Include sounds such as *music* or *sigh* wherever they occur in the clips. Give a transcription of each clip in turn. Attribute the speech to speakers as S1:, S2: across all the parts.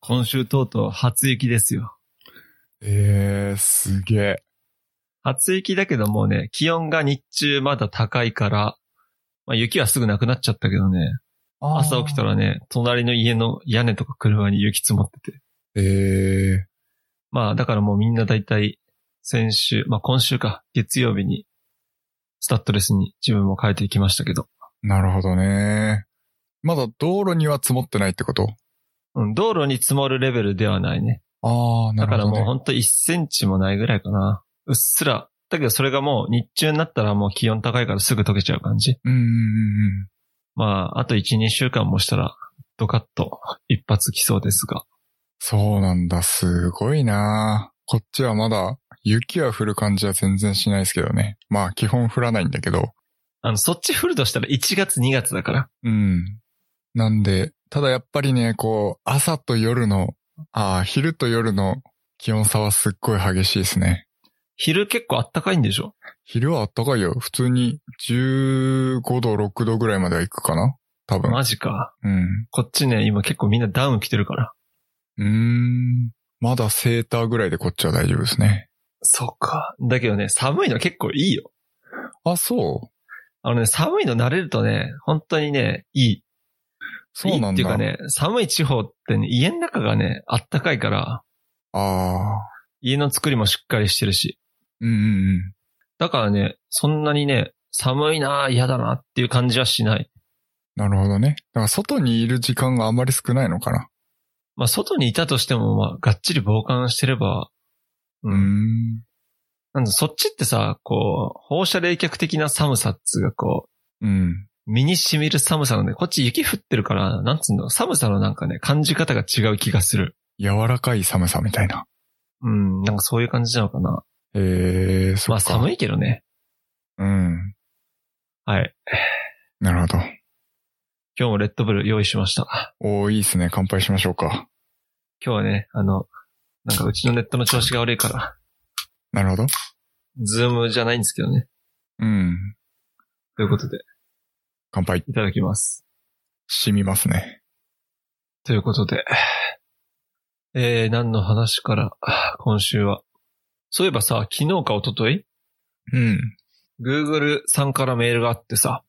S1: 今週とうとう初雪ですよ。
S2: ええー、すげえ。
S1: 初雪だけどもうね、気温が日中まだ高いから、まあ雪はすぐなくなっちゃったけどね、
S2: あー
S1: 朝起きた。らね、隣の家の屋根とか車に雪積もってて。
S2: ええ
S1: まあだからもうみんなだいたい先週、まあ今週か、月曜日に、スタッドレスに自分も変えていきましたけど。
S2: ー、なるほどね。まだ道路には積もってないってこと
S1: うん、道路に積もるレベルではないね。
S2: ああ、な
S1: だか
S2: る
S1: ら
S2: ほ
S1: も
S2: ど、
S1: う
S2: ね。
S1: ほんと1センチもないぐらいかな。うっすら。だけどそれがもう日中になったらもう気温高いからすぐ溶けちゃう感じ。
S2: うんうんうんうん。
S1: まあ、あと1、2週間もしたら、ドカッと一発来そうですが。
S2: そうなんだ、すごいなこっちはまだ、雪は降る感じは全然しないですけどね。まあ、基本降らないんだけど。
S1: あの、そっち降るとしたら1月、2月だから。
S2: うん。なんで、ただやっぱりね、こう、朝と夜の、ああ、昼と夜の気温差はすっごい激しいですね。
S1: 昼結構暖かいんでしょ
S2: 昼は暖かいよ。普通に15度、6度ぐらいまでは行くかな多分。
S1: マジか。
S2: うん。
S1: こっちね、今結構みんなダウン着てるから。
S2: うーん。まだセーターぐらいでこっちは大丈夫ですね。
S1: そうか。だけどね、寒いの結構いいよ。
S2: あ、そう
S1: あのね、寒いの慣れるとね、本当にね、いい。
S2: そうなんだ。
S1: いいっていうかね、寒い地方ってね、家の中がね、あったかいから、
S2: ああ。
S1: 家の作りもしっかりしてるし。
S2: うんうんうん。
S1: だからね、そんなにね、寒いなぁ、嫌だなっていう感じはしない。
S2: なるほどね。だから外にいる時間があまり少ないのかな。
S1: まあ、外にいたとしても、まあ、がっちり防寒してれば、う
S2: うー。ん。
S1: なんだ、そっちってさ、こう、放射冷却的な寒さっつうか、こ
S2: うん。
S1: う、身に染みる寒さなんで、こっち雪降ってるから、なんつうんだろう、寒さのなんかね、感じ方が違う気がする。
S2: 柔らかい寒さみたいな。
S1: うん、なんかそういう感じなのかな。
S2: ええー、そっか。
S1: まあ、寒
S2: い。
S1: いけどね。
S2: うん。
S1: はい。
S2: なるほど。
S1: 今日もレッドブル用意しました。
S2: おー、いいですね。乾杯しましょうか。
S1: 今日はね、あの、なんかうちのネットの調子が悪いから、
S2: なるほど。
S1: ズームじゃないんですけどね。
S2: うん。
S1: ということで、
S2: 乾杯。
S1: いただきます。
S2: 染みますね。
S1: ということで、えー、何の話から、あー今週は。そういえばさ、昨日か一昨日
S2: うん。
S1: Google さんからメールがあってさ、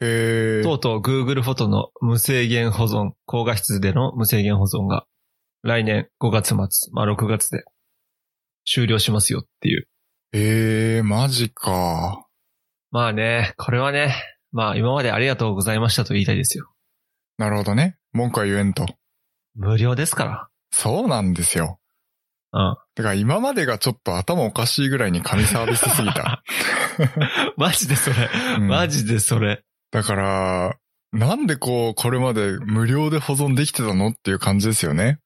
S2: ええ
S1: とうとう Google フォトの無制限保存、高画質での無制限保存が、来年5月末、まあ6月で、終了しますよっていう。
S2: ええー、マジか。
S1: まあね、これはね、まあ今までありがとうございましたと言いたいですよ。
S2: なるほどね。文句は言えんと。
S1: 無料ですか
S2: そうなんですよ。
S1: ら。
S2: てか今までがちょっと頭おかしいぐらいに神サービスすぎ
S1: *laughs*
S2: た。
S1: うん。 *laughs* マジでそれ。
S2: うん
S1: マジでそれ。
S2: だから、なんでこう、これまで無料で保存できてたのっていう感じですよね。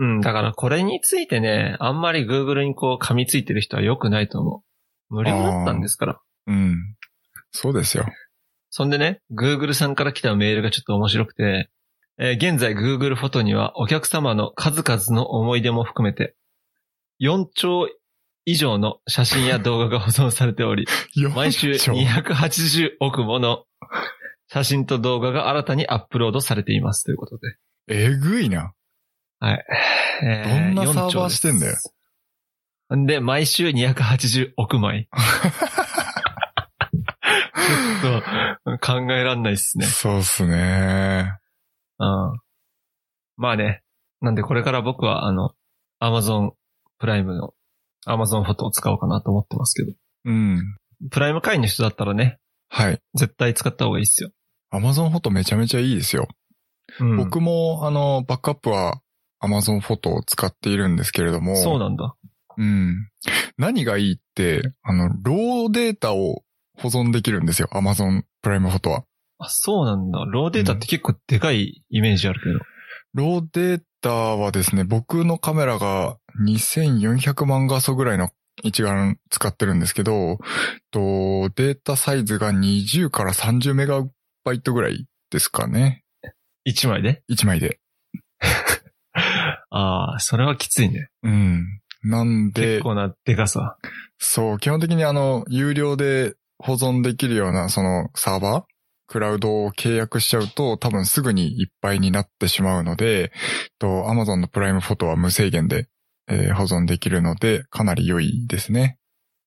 S1: うん、だからこれについてね、あんまり Google にこう噛みついてる人は良くないと思う。無料だったんですから。
S2: うん。そうですよ。
S1: そんでね、Google さんから来たメールがちょっと面白くて、えー現在 Google フォトにはお客様の数々の思い出も含めて、4兆以上の写真や動画が保存されており、 *laughs* 毎週
S2: 4兆
S1: 280億もの写真と動画が新たにアップロードされていますということで。
S2: えぐいな。
S1: え
S2: どんなサーバーしてんだよ。
S1: 4兆ですで、毎週280億枚。そう、考えらんないっすね。
S2: そうっすね。
S1: うん。まあね。なんでこれから僕はあの、Amazon プライムの Amazon フォトを使おうかなと思ってますけど。
S2: うん。
S1: プライム会員の人だったらね、
S2: はい。
S1: 絶対使った方がいいっすよ。
S2: Amazon フォトめちゃめちゃいいですよ。
S1: うん、
S2: 僕も、あの、バックアップは Amazon フォトを使っているんですけれども。
S1: そうなんだ。
S2: うん。何がいいって、あの、ローデータを保存できるんですよ。Amazon プライムフォトは。
S1: あ、そうなんだ。ローデータって結構でかいイメージあるけど。
S2: ローデータはですね、僕のカメラが2400万画素ぐらいの一眼使ってるんですけど、とデータサイズが20から30メガバイトぐらいですかね。
S1: 1枚で。
S2: 1枚で。
S1: ああ、それはきついね。
S2: うん。なん
S1: 結
S2: で、
S1: 構なでかさ。
S2: そう、基本的にあの、有料で保存できるようなそのサーバクラウドを契約しちゃうと多分すぐにいっぱいになってしまうので、と Amazon のプライムフォトは無制限で、えー保存できるのでかなり良いですね。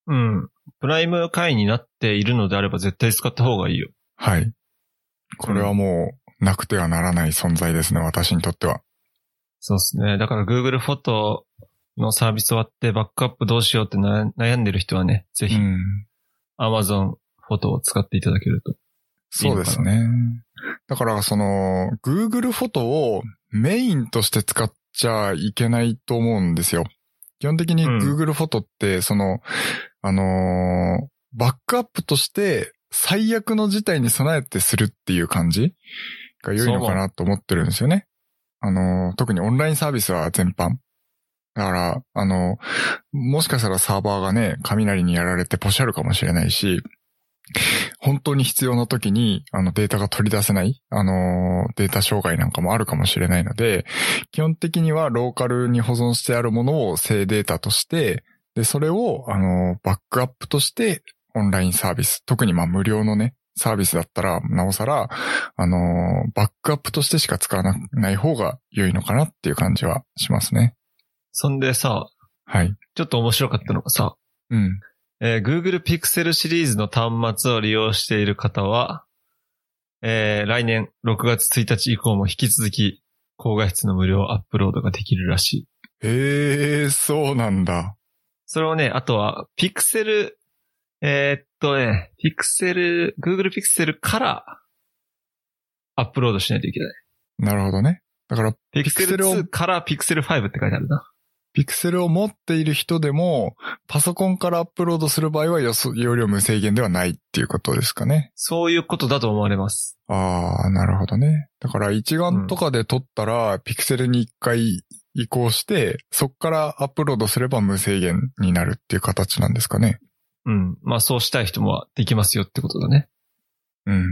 S1: うん。プライム会員になっているのであれば絶対使った方がいいよ。
S2: はい。これはもうなくてはならない存在ですね、私にとっては。
S1: そうですね。だから Google フォトのサービス終わってバックアップどうしようってな悩んでる人はね、ぜ
S2: う
S1: ひ
S2: ん。
S1: Amazon フォトを使っていただけると。
S2: そうですね。だから、その、Google フォトをメインとして使っちゃいけないと思うんですよ。基本的に
S1: うん
S2: Google フォトって、その、あのーバックアップとして最悪の事態に備えてするっていう感じが良いのかなと思ってるんですよね。あのー特にオンラインサービスは全般。だから、あのーもしかしたらサーバーがね、雷にやられてポシャるかもしれないし、本当に必要な時に、あの、データが取り出せない、あのー、データ障害なんかもあるかもしれないので、基本的にはローカルに保存してあるものを正データとして、で、それを、あのー、バックアップとして、オンラインサービス、特にまあ無料のね、サービスだったら、なおさら、あのー、バックアップとしてしか使わなない方が良いのかなっていう感じはしますね。
S1: そんでさ、
S2: はい。
S1: ちょっと面白かったのがさ、
S2: うん。
S1: えー Google Pixel シリーズの端末を利用している方は、えー来年6月1日以降も引き続き高画質の無料アップロードができるらしい。
S2: ええー、そうなんだ。
S1: それをね、あとは、ピクセル、えーっとね、ピクセル、Google ピクセルからアップロードしないといけない。
S2: なるほどね。だから、
S1: ピクセル
S2: ピクセルを
S1: 2からピクセル5って書いてあるな。
S2: ピクセルを持っている人でも、パソコンからアップロードする場合はよそ、容量無制限ではないっていうことですかね。
S1: そういうことだと思われます。
S2: ああ、なるほどね。だから一眼とかで撮ったら、ピクセルに一回移行して、そっからアップロードすれば無制限になるっていう形なんですかね。
S1: うん。まあそうしたい人もできますよってことだね。
S2: うん。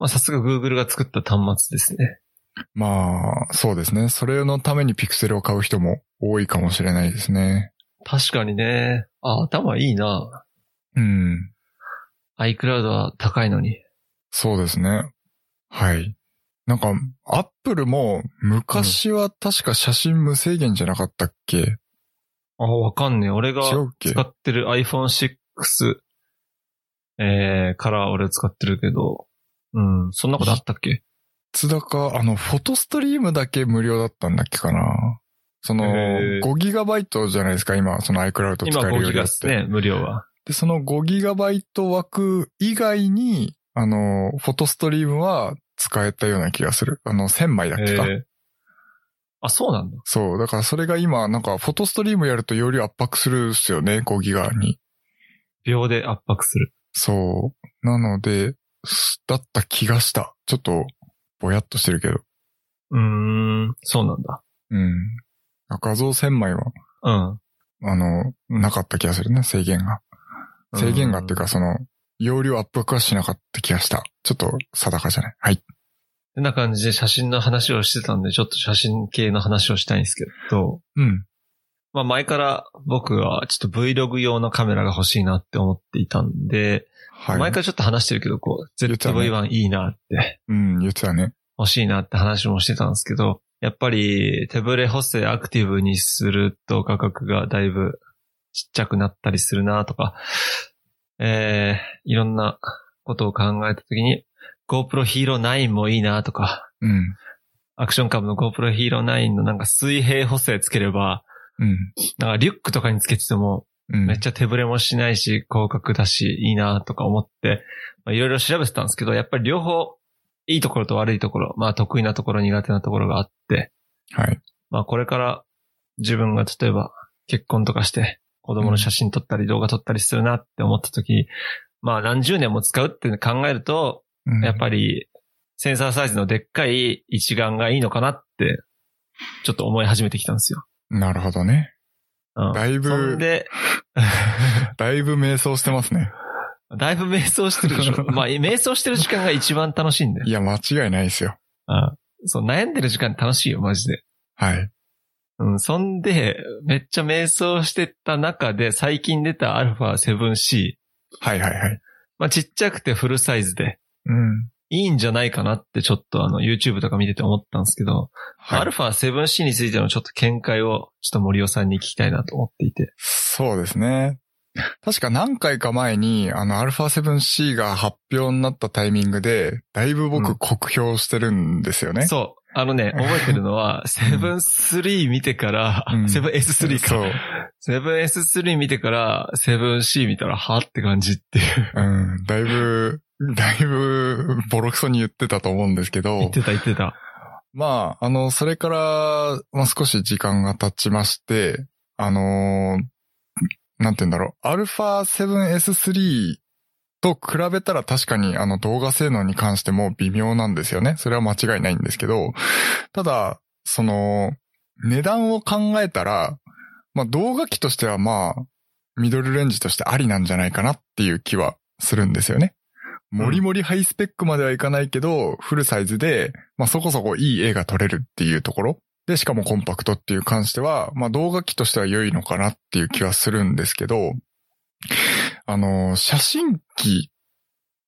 S1: まあさすが Google が作った端末ですね。
S2: まあ、そうですね。それのためにピクセルを買う人も多いかもしれないですね。
S1: 確かにね。あ、頭いいな。
S2: うん。
S1: iCloud は高いのに。
S2: そうですね。はい。なんか、アップルも昔は確か写真無制限じゃなかったっけ、
S1: あ、わかんねえ。俺が
S2: 違うっけ
S1: 使ってる iPhone6、えー、から俺使ってるけど、うん、そんなことあったっけ
S2: 津田か、あの、フォトストリームだけ無料だったんだっけかな。その、
S1: へー
S2: 5GB じゃないですか、今、その iCloud 使
S1: 今
S2: え
S1: 5
S2: るよう
S1: ギガ
S2: にな
S1: で
S2: っ
S1: す
S2: て。
S1: ね、無料は。
S2: で、その 5GB 枠以外に、あの、フォトストリームは使えたような気がする。あの、1000枚だっけか。
S1: えーあ、そうなんだ。
S2: そう。だからそれが今、なんか、フォトストリームやるとより圧迫するっすよね、5ギガに。
S1: 秒で圧迫する。
S2: そう。なので、すだった気がした。ちょっと、ぼやっとしてるけど。
S1: うーん、そうなんだ。
S2: うん。画像1000枚は、
S1: うん。
S2: あの、なかった気がするね、制限が。制限がっていうか、その、容量圧迫はしなかった気がした。ちょっと、定かじゃない。はい。
S1: てな感じで写真の話をしてたんで、ちょっと写真系の話をしたいんですけど、
S2: うん。
S1: まあ前から僕はちょっと Vlog 用のカメラが欲しいなって思っていたんで、
S2: はい。
S1: 前からちょっと話してるけど、こう、
S2: 言ってたね
S1: ZV-1 いいなって、
S2: うん、言ってたね。
S1: 欲しいなって話もしてたんですけど、やっぱり手ブレ補正アクティブにすると価格がだいぶちっちゃくなったりするなとか、えー、いろんなことを考えたときに、GoPro Hero 9もいいなとか、
S2: うん。
S1: アクションカムの GoPro Hero 9のなんか水平補正つければ、
S2: うん。
S1: なんかリュックとかにつけてても
S2: うん。
S1: めっちゃ手ブレもしないし、広角だし、いいなとか思って、まあいろいろ調べてたんですけど、やっぱり両方、いいところと悪いところ、まあ得意なところ苦手なところがあって、
S2: はい。
S1: まあこれから自分が例えば結婚とかして子供の写真撮ったり動画撮ったりするなって思った時、まあ何十年も使うって考えると、
S2: うん
S1: やっぱりセンサーサイズのでっかい一眼がいいのかなって、ちょっと思い始めてきたんですよ。
S2: なるほどね。
S1: うん
S2: だいぶ
S1: そんで、
S2: だいぶ迷走してま
S1: *laughs*
S2: すね。
S1: だいぶ迷走してるでし
S2: *laughs*
S1: ょ。まあ、迷走してる時間が一番楽しいんだよ
S2: い。や、間違いないですよ。
S1: あそう、悩んでる時間楽しいよ、マジで。
S2: はい。
S1: うん、そんで、めっちゃ迷走してた中で、最近出た α7C。
S2: はいはいはい。
S1: まあ、ちっちゃくてフルサイズで、
S2: うん。
S1: いいんじゃないかなってちょっとあの YouTube とか見てて思ったんですけど、
S2: はい。
S1: α7C についてのちょっと見解をちょっと森尾さんに聞きたいなと思っていて。
S2: そうですね。確か何回か前に、あの、α7C が発表になったタイミングで、だいぶ
S1: う
S2: 僕
S1: ん
S2: 酷評してるんですよね。
S1: そう。あのね、覚えてるのは、7-3見てから、
S2: うん
S1: 7S3
S2: そ
S1: か。
S2: う。
S1: 7S3 見てから、7C 見たら、はって感じっていう。
S2: うん。だいぶ、 *laughs* だいぶ、ボロクソに言ってたと思うんですけ
S1: 言っ
S2: ど、
S1: てた言ってた。
S2: まあ、あの、それから、まあ少し時間が経ちまして、あのーなんて言うんだろう、α7S3 と比べたら確かにあの動画性能に関しても微妙なんですよね。それは間違いないんですけど、ただ、その、値段を考えたら、まあ動画機としてはまあ、ミドルレンジとしてありなんじゃないかなっていう気はするんですよね。もりもりハイスペックまではいかないけど、フルサイズで、まあそこそこいい絵が撮れるっていうところ。で、しかもコンパクトっていう関しては、まあ動画機としては良いのかなっていう気はするんですけど、あの、写真機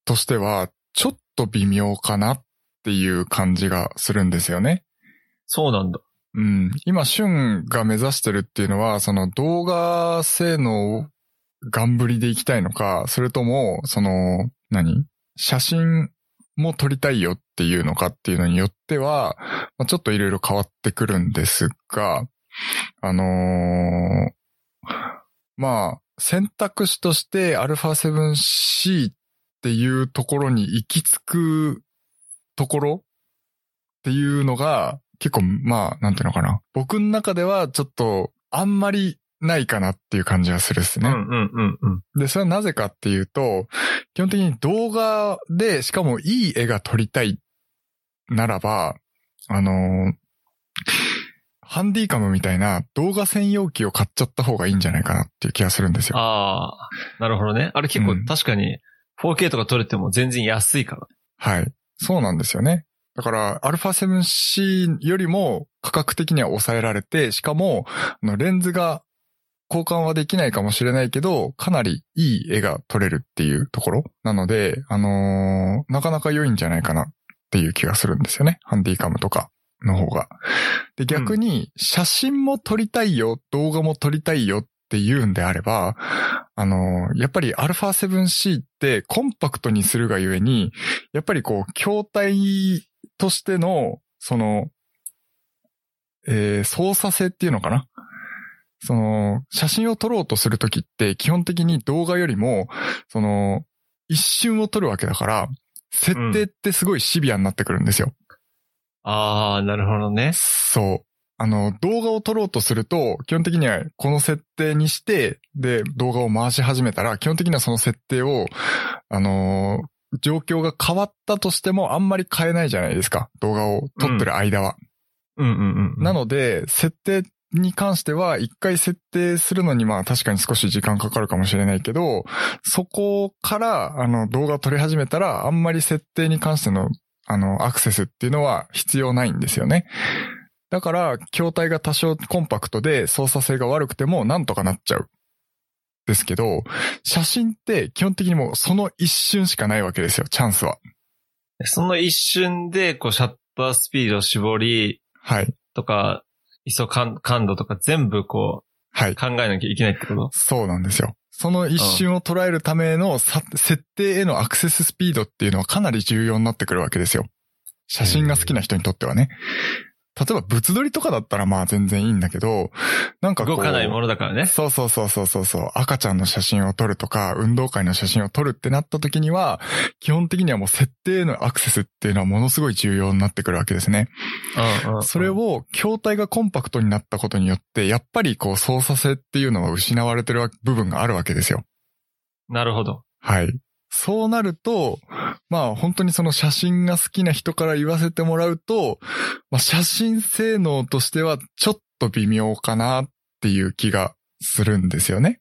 S2: としては、ちょっと微妙かなっていう感じがするんですよね。
S1: そうなんだ。
S2: うん。今、旬が目指してるっていうのは、その動画性能をガンブリでいきたいのか、それとも、その、何写真も撮りたいよっていうのかっていうのによっては、まあ、ちょっといろいろ変わってくるんですが、あのーまあ、選択肢として α7C っていうところに行き着くところっていうのが、結構、まあ、なんていうのかな。僕の中ではちょっと、あんまりないかなっていう感じがするです
S1: う
S2: ね。
S1: んうんうんうん。
S2: で、それはなぜかっていうと、基本的に動画で、しかもいい絵が撮りたいならば、あのーハンディカムみたいな動画専用機を買っちゃった方がいいんじゃないかなっていう気がするんですよ。
S1: ああ、なるほどね。あれ結構
S2: うん
S1: 確かに 4K とか撮れても全然安いから。
S2: はい。そうなんですよね。だから、α7C よりも価格的には抑えられて、しかも、あのレンズが交換はできないかもしれないけど、かなりいい絵が撮れるっていうところなので、あのーなかなか良いんじゃないかなっていう気がするんですよね。ハンディカムとかの方が。で、逆に、写真も撮りたいよ、動画も撮りたいよっていうんであれば、あのーやっぱり α7C ってコンパクトにするがゆえに、やっぱりこう、筐体としての、その、えー操作性っていうのかなその、写真を撮ろうとするときって、基本的に動画よりも、その、一瞬を撮るわけだから、設定ってすごいシビアになってくるんですよ。
S1: ああ、なるほどね。
S2: そう。あの、動画を撮ろうとすると、基本的にはこの設定にして、で、動画を回し始めたら、基本的にはその設定を、あのー状況が変わったとしてもあんまり変えないじゃないですか。動画を撮ってる間は。
S1: うんうんうん。
S2: なので、設定に関しては、一回設定するのに、まあ確かに少し時間かかるかもしれないけど、そこから、あの、動画撮り始めたら、あんまり設定に関しての、あの、アクセスっていうのは必要ないんですよね。だから、筐体が多少コンパクトで操作性が悪くても、なんとかなっちゃう。ですけど、写真って基本的にもうその一瞬しかないわけですよ、チャンスは。
S1: その一瞬で、こう、シャッタースピード絞り
S2: はい。
S1: とか、ISO 感感度とか全部こ、。
S2: はいう
S1: 考えなきゃいけないってこと
S2: そうなんですよ。その一瞬を捉えるためのさ設定へのアクセススピードっていうのはかなり重要になってくるわけですよ。写真が好きな人にとってはね。例えば物撮りとかだったらまあ全然いいんだけど、なんかこう。
S1: 動かないものだからね。
S2: そうそうそうそうそうそう。赤ちゃんの写真を撮るとか、運動会の写真を撮るってなった時には、基本的にはもう設定へのアクセスっていうのはものすごい重要になってくるわけですね。
S1: うんうん
S2: それ、を筐体がコンパクトになったことによって、やっぱりこう操作性っていうのは失われてるわ部分があるわけですよ。
S1: なるほど。
S2: はい。そうなると、まあ本当にその写真が好きな人から言わせてもらうと、まあ、写真性能としてはちょっと微妙かなっていう気がするんですよね。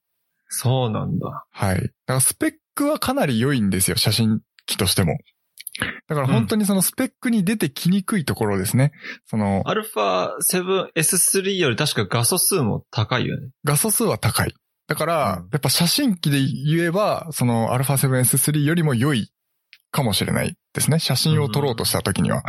S1: そうなんだ。
S2: はい。だからスペックはかなり良いんですよ、写真機としても。だから本当にそのスペックに出てきにくいところですね。その、
S1: α7S3 より確か画素数も高いよね。
S2: 画素数は高い。だから
S1: うん、
S2: やっぱ写真機で言えば、その α7S3 よりも良いかもしれないですね。写真を撮ろうとした時には。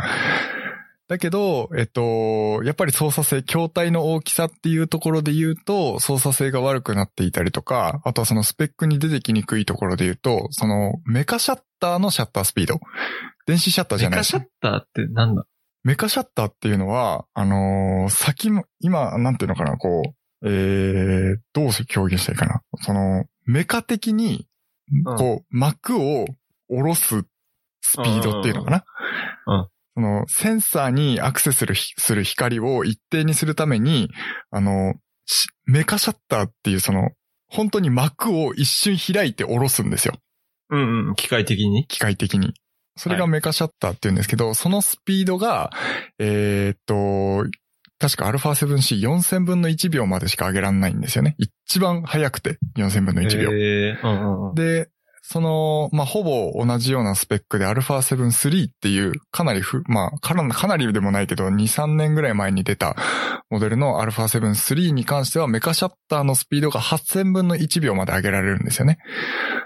S2: だけど、えっと、やっぱり操作性、筐体の大きさっていうところで言うと、操作性が悪くなっていたりとか、あとはそのスペックに出てきにくいところで言うと、そのメカシャッターのシャッタースピード。電子シャッターじ
S1: メ
S2: ゃない
S1: カ
S2: し
S1: シャッターってなんだ
S2: メカシャッターっていうのは、あのー先も、今、なんていうのかな、こう、えー、どう表現したらいいかな。その、メカ的に、
S1: うん
S2: こう、膜を下ろすスピードっていうのかな。
S1: うん
S2: その、センサーにアクセスするひ、する光を一定にするために、あの、しメカシャッターっていうその、本当に膜を一瞬開いて下ろすんですよ。
S1: うんうん、機械的に。
S2: 機械的に。それがメカシャッターって言うんですけど、そのスピードが、えーっと、確か α7C4000 分の1秒までしか上げらんないんですよね。一番速くて4000分の1秒。
S1: えー、うんうんうん。
S2: で、その、まあ、ほぼ同じようなスペックで α7-3 っていう、かなりふ、まあ、からかなりでもないけど、2、3年ぐらい前に出たモデルの α7-3 に関してはメカシャッターのスピードが8000分の1秒まで上げられるんですよね。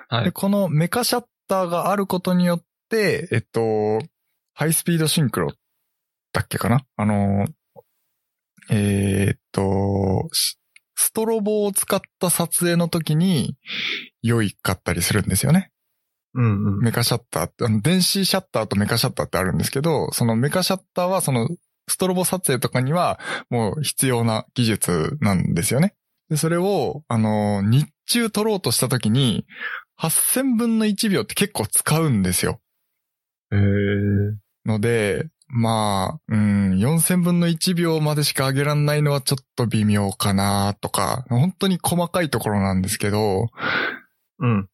S1: はい
S2: で、このメカシャッターがあることによって、えっと、ハイスピードシンクロだっけかなあの、えーっと、しストロボを使った撮影の時に良いかったりするんですよね。
S1: うんうん。
S2: メカシャッターって、あの、電子シャッターとメカシャッターってあるんですけど、そのメカシャッターはその、ストロボ撮影とかにはもう必要な技術なんですよね。で、それを、あの、日中撮ろうとした時に、8000分の1秒って結構使うんですよ。
S1: えー、
S2: ので、まあ、うん、4000分の1秒までしか上げらんないのはちょっと微妙かなとか、本当に細かいところなんですけど、
S1: うん。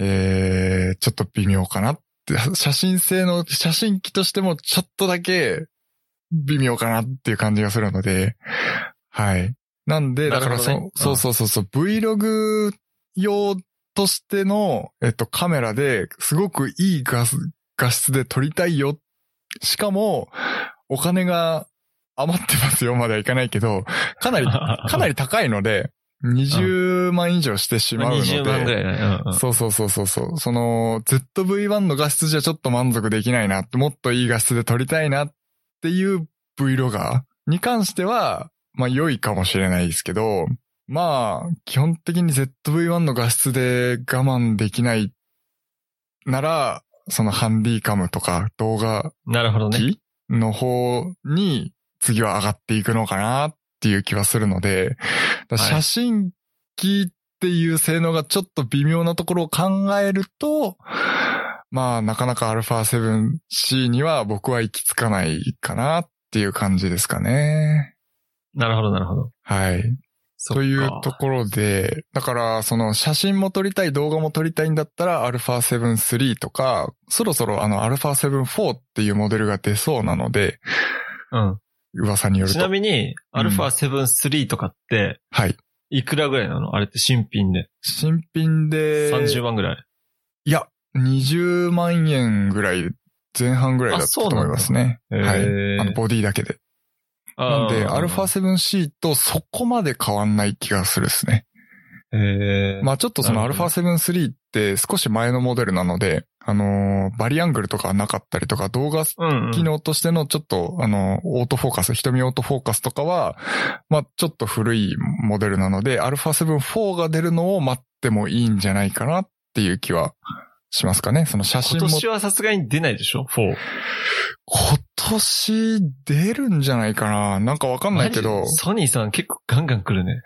S2: えー、ちょっと微妙かなって、 *laughs* 写真性の、写真機としてもちょっとだけ微妙かなっていう感じがするので、はい。なんで、だからそ、
S1: なるほどね
S2: そううんそうそうそう、Vlog 用としての、えっと、カメラですごくいい画す画質で撮りたいよ。しかも、お金が余ってますよまではいかないけど、
S1: *laughs*
S2: かなり、かなり高いので、20万以上してしまうので。
S1: 20万ぐらいだね。うんうん
S2: そうそうそうそうそう。その ZV-1 の画質じゃちょっと満足できないなって、もっといい画質で撮りたいなっていう Vlogger に関しては、まあ良いかもしれないですけど、まあ、基本的に ZV-1 の画質で我慢できないなら、そのハンディカムとか動画
S1: なるほどね。
S2: 機の方に次は上がっていくのかなっていう気はするので、だから
S1: はい
S2: 写真機っていう性能がちょっと微妙なところを考えると、まあなかなか α7C には僕は行き着かないかなっていう感じですかね。
S1: なるほど、なるほど。
S2: はい。
S1: そっか
S2: というところで、だから、その写真も撮りたい、動画も撮りたいんだったら、α7-3 とか、そろそろあの α7-4 っていうモデルが出そうなので、
S1: うん。
S2: 噂による
S1: ち
S2: と。
S1: なみに、
S2: うん
S1: α7-3 とかって、
S2: はい。
S1: いくらぐらいなのあれって新品で。
S2: 新品で、
S1: 30万ぐらい。
S2: いや、20万円ぐらい、前半ぐらいだったと思いますね。
S1: あそうなんだ
S2: はい。
S1: へー
S2: あの、ボディだけで。なんで、α7C とそこまで変わんない気がするですね。
S1: えー、
S2: まあちょっとその
S1: なるほど
S2: α7-3 って少し前のモデルなので、あのーバリアングルとかはなかったりとか、動画
S1: うんうん
S2: 機能としてのちょっと、あの、オートフォーカス、瞳オートフォーカスとかは、まあ、ちょっと古いモデルなので、α7-4 が出るのを待ってもいいんじゃないかなっていう気はしますかね。その写真
S1: 今
S2: も。
S1: 年はさすがに出ないでしょ ?4。
S2: 今年出るんじゃないかななんかわかんないけど
S1: マジ、ソニーさん結構ガンガン来るね。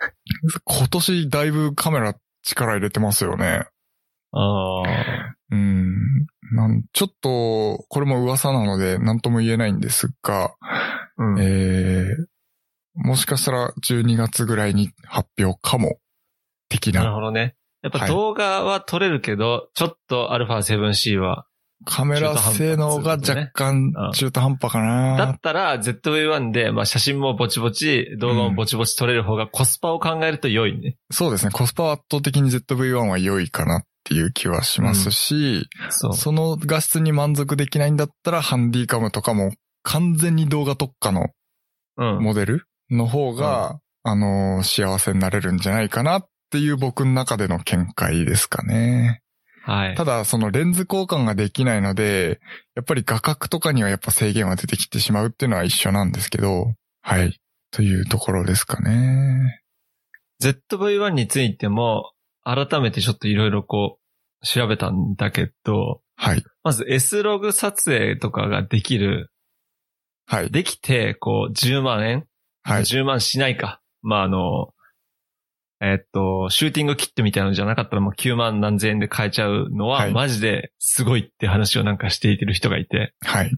S2: 今年だいぶカメラ力入れてますよね。
S1: あ
S2: *laughs*
S1: あ。
S2: うん。なんちょっと、これも噂なので、なんとも言えないんですが、
S1: うん。
S2: えー、もしかしたら12月ぐらいに発表かも、的
S1: なる
S2: な。
S1: ほどね。やっ
S2: は
S1: ぱ
S2: い
S1: 動画は撮れるけど、ちょっと α7C は。
S2: カメラ性能が若干中途半端かな、
S1: だったら ZV-1 で、まあ写真もぼちぼち、動画もぼちぼち撮れる方がコスパを考えると良いね。
S2: そうですね。コスパは圧倒的に ZV-1 は良いかなっていう気はしますし、
S1: そう。
S2: その画質に満足できないんだったらハンディカムとかも完全に動画特化の
S1: うん。
S2: モデルの方が、あのー幸せになれるんじゃないかなっていう僕の中での見解ですかね。
S1: はい。
S2: ただ、そのレンズ交換ができないので、やっぱり画角とかにはやっぱ制限は出てきてしまうっていうのは一緒なんですけど、はい。というところですかね。
S1: ZV-1 についても、改めてちょっといろいろこう、調べたんだけど、
S2: はい。
S1: まず S ログ撮影とかができる、
S2: はい。
S1: できて、こう、10万円
S2: はい。
S1: 10万しないか。まあ、あの、えっと、シューティングキットみたいなのじゃなかったらもう9万何千円で買えちゃうのは、
S2: はい
S1: マジですごいって話をなんかしていてる人がいて、
S2: はい。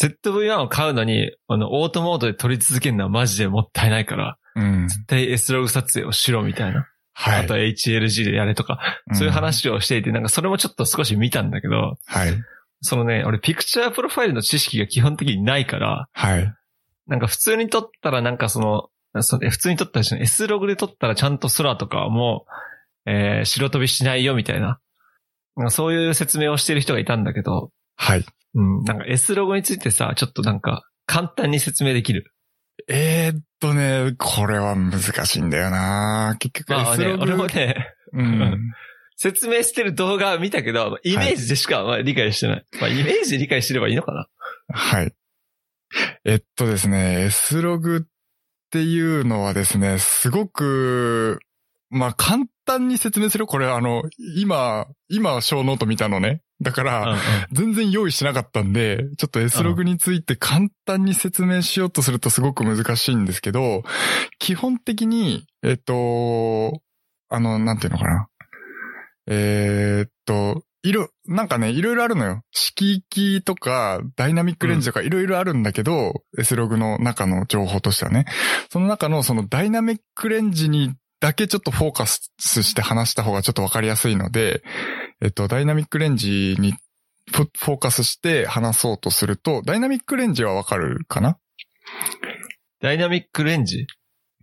S1: ZV-1 を買うのに、あの、オートモードで撮り続けるのはマジでもったいないから、
S2: うん。
S1: 絶対 S ログ撮影をしろみたいな。
S2: は
S1: あ
S2: い
S1: と。は HLG でやれとか、そういう話をしていて、なんかそれもちょっと少し見たんだけど、
S2: うん。はい。
S1: そのね、俺ピクチャープロファイルの知識が基本的にないから、
S2: はい。
S1: なんか普通に撮ったらなんかその、それ普通に撮ったらしない S ログで撮ったらちゃんと空とかもう、えー白飛びしないよみたいな。なんかそういう説明をしてる人がいたんだけど、
S2: はい。
S1: うん、なんか S ログについてさ、ちょっとなんか簡単に説明できる。
S2: えーっとね、これは難しいんだよな結局
S1: まあ
S2: S
S1: ね、
S2: ログ、
S1: 俺もね、 *laughs*
S2: うん。
S1: 説明してる動画は見たけど、イメージでしかまあ理解してない。まあイメージで理解してればいいのかな。
S2: はい。えっとですね、S ログっていうのはですね、すごく、まあ、簡単に説明するこれ、あの、今、今、小ノート見たのね。だから、全然用意しなかったんで、ちょっと S ログについて簡単に説明しようとするとすごく難しいんですけど、基本的に、えっと、あの、なんていうのかな。えーっと、いろ、なんかね、いろいろあるのよ。色域とか、ダイナミックレンジとか、いろいろあるんだけど、S ログの中の情報としてはね。その中の、そのダイナミックレンジにだけちょっとフォーカスして話した方がちょっとわかりやすいので、えっと、ダイナミックレンジにフォフォーカスして話そうとすると、ダイナミックレンジはわかるかな
S1: ダイナミックレンジ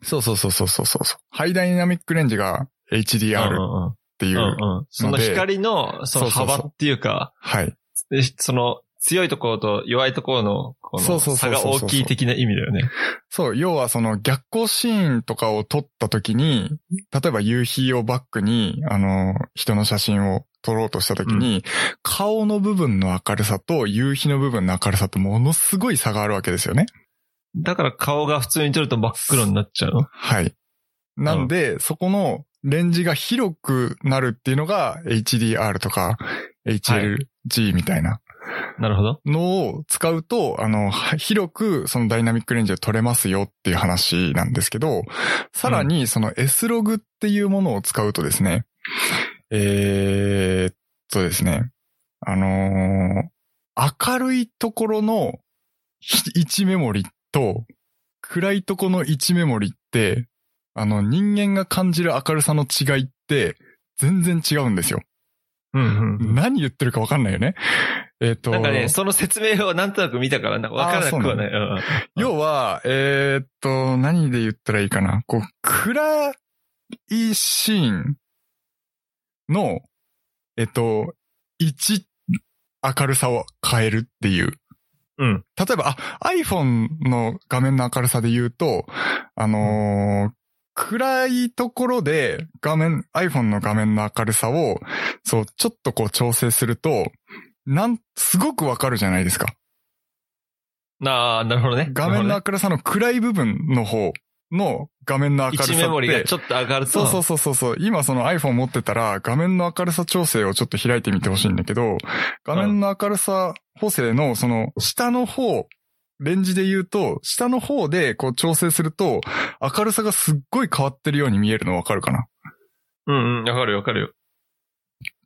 S2: そうそうそうそうそうそう。ハイダイナミックレンジが HDR
S1: う
S2: っ
S1: ん
S2: ていうう。
S1: んうんうん。その光の、その
S2: そうそう
S1: 幅
S2: そう
S1: っていうか、
S2: はい。
S1: でその、強いところと弱いところの、こ
S2: そ
S1: の、
S2: うそうそ
S1: 差
S2: うそう
S1: が
S2: そう
S1: 大きい的な意味だよね。
S2: そう、要はその逆光シーンとかを撮った時に、例えば夕日をバックに、あの、人の写真を撮ろうとした時に、顔の部分の明るさと夕日の部分の明るさとものすごい差があるわけですよね。
S1: だから顔が普通に撮ると真っ黒になっちゃうの
S2: はい。なんで、そこのレンジが広くなるっていうのが HDR とか HLG みたいな
S1: なるほど。
S2: のを使うと、あの、は広くそのダイナミックレンジを取れますよっていう話なんですけど、さらにその S ログっていうものを使うとですね、えーっとですね、あのー明るいところの1メモリと、暗いとこの1メモリって、あの人間が感じる明るさの違いって全然違うんですよ。
S1: うんうん。
S2: 何言ってるかわかんないよね。えーっと。
S1: なんかね、その説明をなんとなく見たから、なんかわからなくはない。うんうん
S2: 要は、えーっと、何で言ったらいいかな。こう、暗いシーンの、えっと、1明るさを変えるっていう。
S1: うん。
S2: 例えば、あ、iPhone の画面の明るさで言うと、あのー暗いところで画面、iPhone の画面の明るさを、そう、ちょっとこう調整すると、なん、すごくわかるじゃないですか。
S1: なあ、なるほどね。
S2: 画面
S1: な
S2: の
S1: る
S2: 明るさの暗い部分の方の画面の
S1: ほ
S2: 明るさっ
S1: ど
S2: て。
S1: ね、位置メモリがちょっと上がると。
S2: そうそうそうそうそう。今その iPhone 持ってたら画面の明るさ調整をちょっと開いてみてほしいんだけど、画面の明るさ補正のその下の方、レンジで言うと、下の方でこう調整すると、明るさがすっごい変わってるように見えるのわかるかな
S1: うんうん、わかるよわかるよ。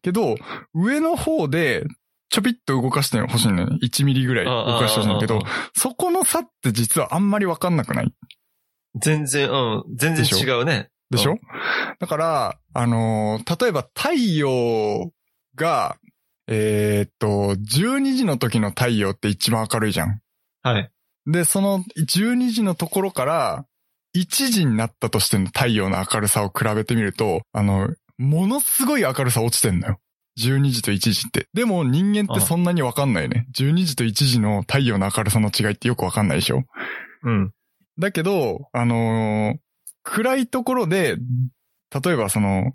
S2: けど、上の方で、ちょびっと動かしてほしいのよね。1ミリぐらい動かしてほしいんだけ
S1: う
S2: ど
S1: んうん、
S2: そこの差って実はあんまりわかんなくない
S1: 全然、うん、全然違うね。
S2: でしょ、
S1: う
S2: だから、あのー例えば太陽が、えーっと、12時の時の太陽って一番明るいじゃん。
S1: はい。
S2: で、その12時のところから、1時になったとしての太陽の明るさを比べてみると、あの、ものすごい明るさ落ちてんのよ。12時と1時って。でも人間ってそんなにわかんないね。12時と1時の太陽の明るさの違いってよくわかんないでしょ
S1: うん。
S2: だけど、あのー暗いところで、例えばその、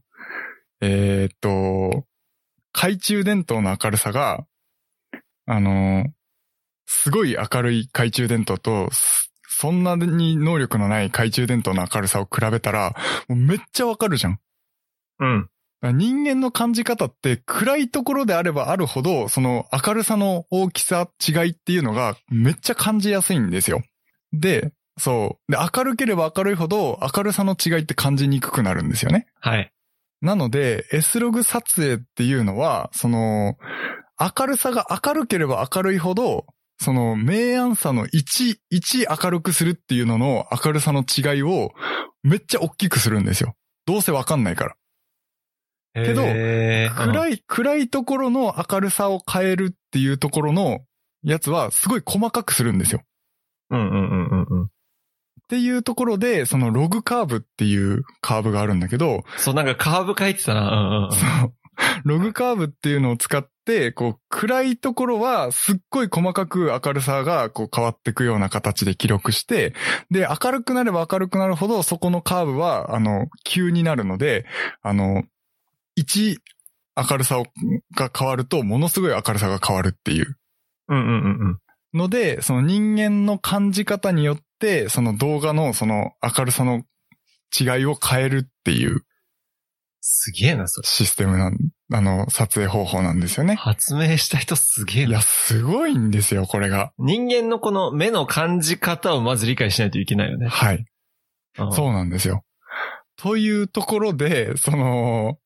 S2: えーっと、懐中電灯の明るさが、あの、すごい明るい懐中電灯と、すそんなに能力のない懐中電灯の明るさを比べたら、もうめっちゃわかるじゃん。
S1: うん。
S2: だから人間の感じ方って暗いところであればあるほど、その明るさの大きさ、違いっていうのがめっちゃ感じやすいんですよ。で、そう。で、明るければ明るいほど明るさの違いって感じにくくなるんですよね。
S1: はい。
S2: なので、S ログ撮影っていうのは、その、明るさが明るければ明るいほど、その、明暗さの1、1明るくするっていうのの明るさの違いを、めっちゃ大きくするんですよ。どうせわかんないから。けど
S1: へー
S2: 暗い、暗いところの明るさを変えるっていうところのやつは、すごい細かくするんですよ。
S1: うんうんうんうんうん。
S2: っていうところで、そのログカーブっていうカーブがあるんだけど、
S1: そう、なんかカーブ書いてたな。うんうんうん。
S2: そう。ログカーブっていうのを使って、こう、暗いところはすっごい細かく明るさがこう変わっていくような形で記録して、で、明るくなれば明るくなるほど、そこのカーブは、あの、急になるので、あの、1、明るさをが変わると、ものすごい明るさが変わるっていう。
S1: うんうんうんうん。
S2: ので、その人間の感じ方によって、その動画のその明るさの違いを変えるっていう
S1: すげえな、それ。
S2: システムなん、あの、撮影方法なんですよね。
S1: 発明した人すげえ
S2: い
S1: な
S2: や、。すごいんですよ、これが。
S1: 人間のこの目の感じ方をまず理解しないといけない *laughs* よね。
S2: はい。
S1: うん
S2: そうなんですよ。というところで、その、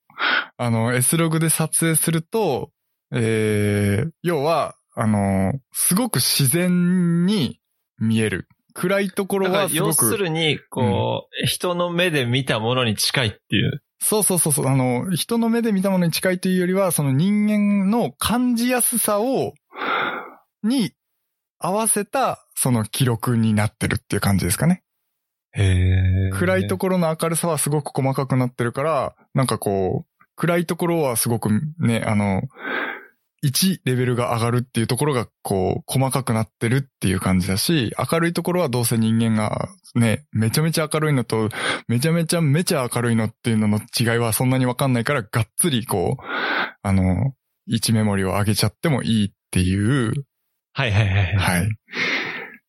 S2: あの、S ログで撮影すると、えー、要は、あの、すごく自然に見える。暗いところ
S1: だから
S2: はす
S1: 要
S2: ご
S1: す
S2: く、
S1: るに、こう、人の目で見たものに近いっていう。
S2: そうそうそうそう、あの、人の目で見たものに近いというよりは、その人間の感じやすさを、に合わせた、その記録になってるっていう感じですかね。
S1: へ
S2: 暗いところの明るさはすごく細かくなってるから、なんかこう、暗いところはすごくね、あの、1レベルが上がるっていうところが、こう、細かくなってるっていう感じだし、明るいところはどうせ人間がね、めちゃめちゃ明るいのと、めちゃめちゃめちゃ明るいのっていうのの違いはそんなにわかんないから、がっつりこう、あの、1メモリを上げちゃってもいいっていう
S1: はいはいはいはい。
S2: はい。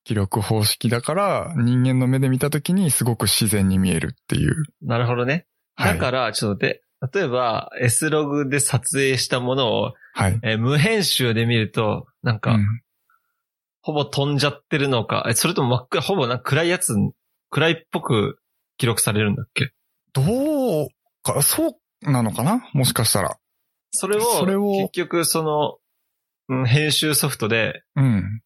S2: 記録方式だから、人間の目で見たときにすごく自然に見えるっていう。
S1: なるほどね。
S2: はい
S1: だから、ちょっと待って、例えば S ログで撮影したものを、
S2: はい。
S1: えー無編集で見ると、なんか、
S2: うん
S1: ほぼ飛んじゃってるのか、えそれとも真っ暗、ほぼなんか暗いやつ、暗いっぽく記録されるんだっけ
S2: どうか、そうなのかなもしかしたら。
S1: それを、
S2: それを
S1: 結局その、うん編集ソフトで
S2: うん。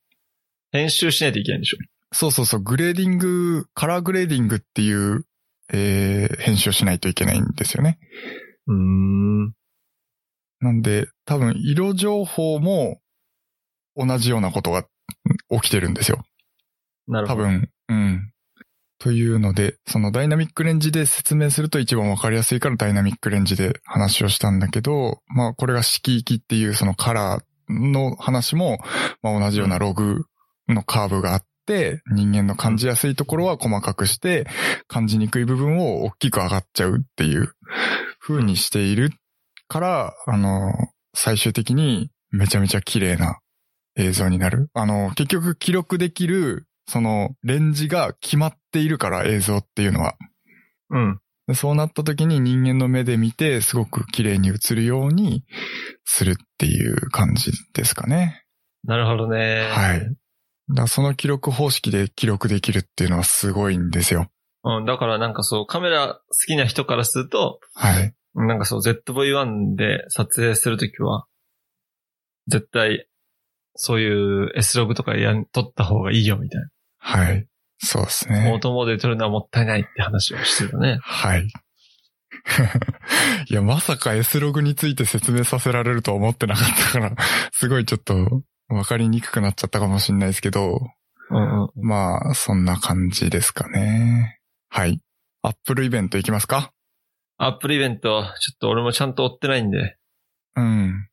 S1: 編集しないといけないんでしょ
S2: そうそうそう、グレーディング、カラーグレーディングっていう、えー、編集をしないといけないんですよね。
S1: うーん。
S2: なんで、多分、色情報も同じようなことがうん起きてるんですよ。
S1: なる
S2: 多
S1: ほど。
S2: 分、うん。というので、そのダイナミックレンジで説明すると一番わかりやすいからダイナミックレンジで話をしたんだけど、まあこれが色域っていうそのカラーの話も、まあ同じようなログのカーブがあって、人間の感じやすいところは細かくして、感じにくい部分を大きく上がっちゃうっていう風にしているから、あの、最終的にめちゃめちゃ綺麗な映像になる。あの、結局記録できる、その、レンジが決まっているから映像っていうのは。
S1: うん。
S2: でそうなった時に人間の目で見て、すごく綺麗に映るようにするっていう感じですかね。
S1: なるほどね。
S2: はい。だからその記録方式で記録できるっていうのはすごいんですよ。
S1: うん、だからなんかそう、カメラ好きな人からすると、
S2: はい。
S1: なんかそう、ZV-1 で撮影するときは、絶対、そういう S ログとかやん撮った方がいいよみたい
S2: はい。そうです
S1: な。オー
S2: ね。
S1: トモードで撮るのはもったいないって話をしてたね。
S2: はい。 *laughs* いや、まさか S ログについて説明させられるとは思ってなかったから、すごいちょっと分かりにくくなっちゃったかもしれないですけど、
S1: うんうん。
S2: まあ、そんな感じですかね。はい。アップルイベント行きますか
S1: アップルイベント、ちょっと俺もちゃんと追ってないんで。
S2: うん。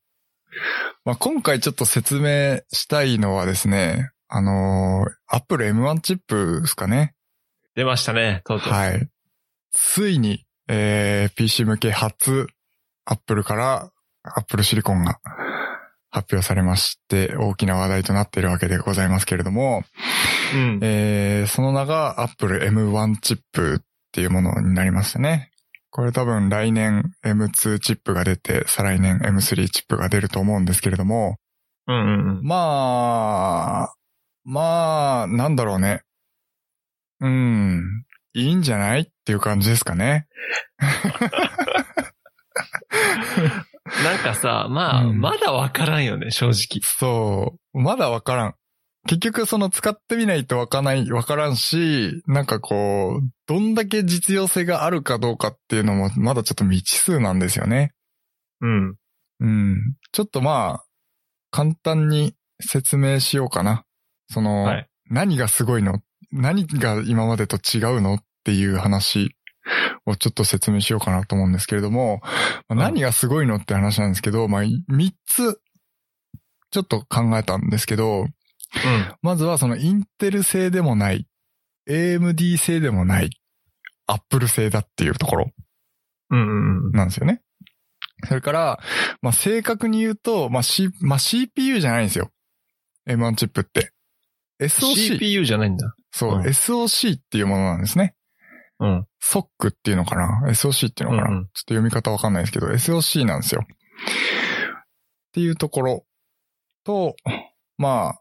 S2: まあ、今回ちょっと説明したいのはですね、あのー、アップル M1 チップですかね。
S1: 出ましたね、とうとう。
S2: はい。ついに、えー、PC 向け初、アップルから Apple シリコンが発表されまして、大きな話題となっているわけでございますけれども、
S1: うん。
S2: えーその名が Apple M1 チップっていうものになりましたね。これ多分来年 M2 チップが出て、再来年 M3 チップが出ると思うんですけれども、
S1: うんうんうん。
S2: まあ、まあ、なんだろうね。うん、いいんじゃないっていう感じですかね。
S1: なんかさ、まあ、
S2: うん
S1: まだわからんよね、正直。
S2: そう。まだわからん。結局その使ってみないとわかない、わからんし、なんかこう、どんだけ実用性があるかどうかっていうのもまだちょっと未知数なんですよね。
S1: うん。
S2: うん。ちょっとまあ、簡単に説明しようかな。その、
S1: はい
S2: 何がすごいの何が今までと違うのっていう話をちょっと説明しようかなと思うんですけれども、まあ
S1: うん
S2: 何がすごいのって話なんですけど、まあ、3つ、ちょっと考えたんですけど、まずはそのインテル製でもない、AMD 製でもない、Apple 製だっていうところ。
S1: うん。うんうんうん。
S2: なんですよね。それから、まあ、正確に言うと、まあ、C、まあ、CPU じゃないんですよ。M1 チップって。SOC。
S1: CPU じゃないんだ。
S2: そ
S1: う
S2: う、
S1: ん
S2: SOC っていうものなんですね。
S1: うん。
S2: SOC っていうのかな ?SOC っていうのかな、
S1: うんうん
S2: ちょっと読み方わかんないですけど、SOC なんですよ。っていうところと、まあ、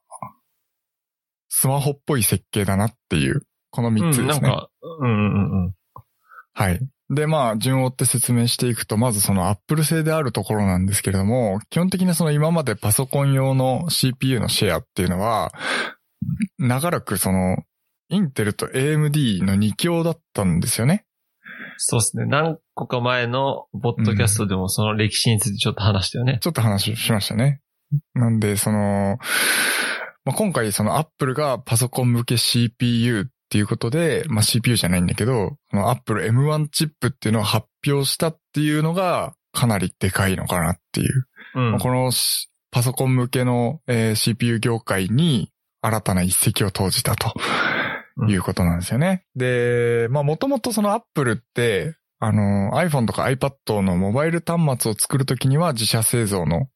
S2: スマホっぽい設計だなっていう、この3つ
S1: うん、
S2: で
S1: な
S2: す
S1: ん
S2: ね。
S1: か、うんうんうんうん。
S2: はい。で、まあ、順を追って説明していくと、まずその Apple 製であるところなんですけれども、基本的にその今までパソコン用の CPU のシェアっていうのは、長らくその、インテルと AMD の2強だったんですよね。
S1: そうですね。何個か前の、ボッドキャストでもその歴史についてちょっと話したよね。
S2: ちょっと話しましたね。なんで、その、まあ、今回その Apple がパソコン向け CPU っていうことで、まあ、CPU じゃないんだけど、この Apple M1 チップっていうのを発表したっていうのが、かなりでかいのかなっていう。
S1: うん。
S2: このしパソコン向けの、えー CPU 業界に新たな一石を投じたと
S1: うん
S2: いうことなんですよね。で、まあもともとその Apple って、あの iPhone とか iPad のモバイル端末を作るときには自社製造の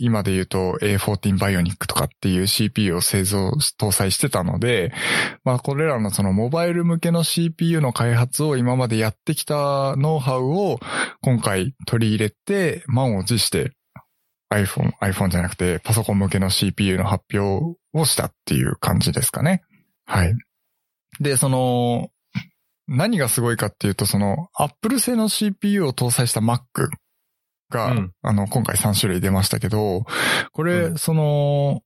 S2: 今で言うと A14 バイオニックとかっていう CPU を製造し、搭載してたので、まあこれらのそのモバイル向けの CPU の開発を今までやってきたノウハウを今回取り入れて満を持して iPhone、iPhone じゃなくてパソコン向けの CPU の発表をしたっていう感じですかね。はい。で、その、何がすごいかっていうと、その Apple 製の CPU を搭載した Mac が、
S1: うん
S2: あの、今回3種類出ましたけど、これ、
S1: うん
S2: その、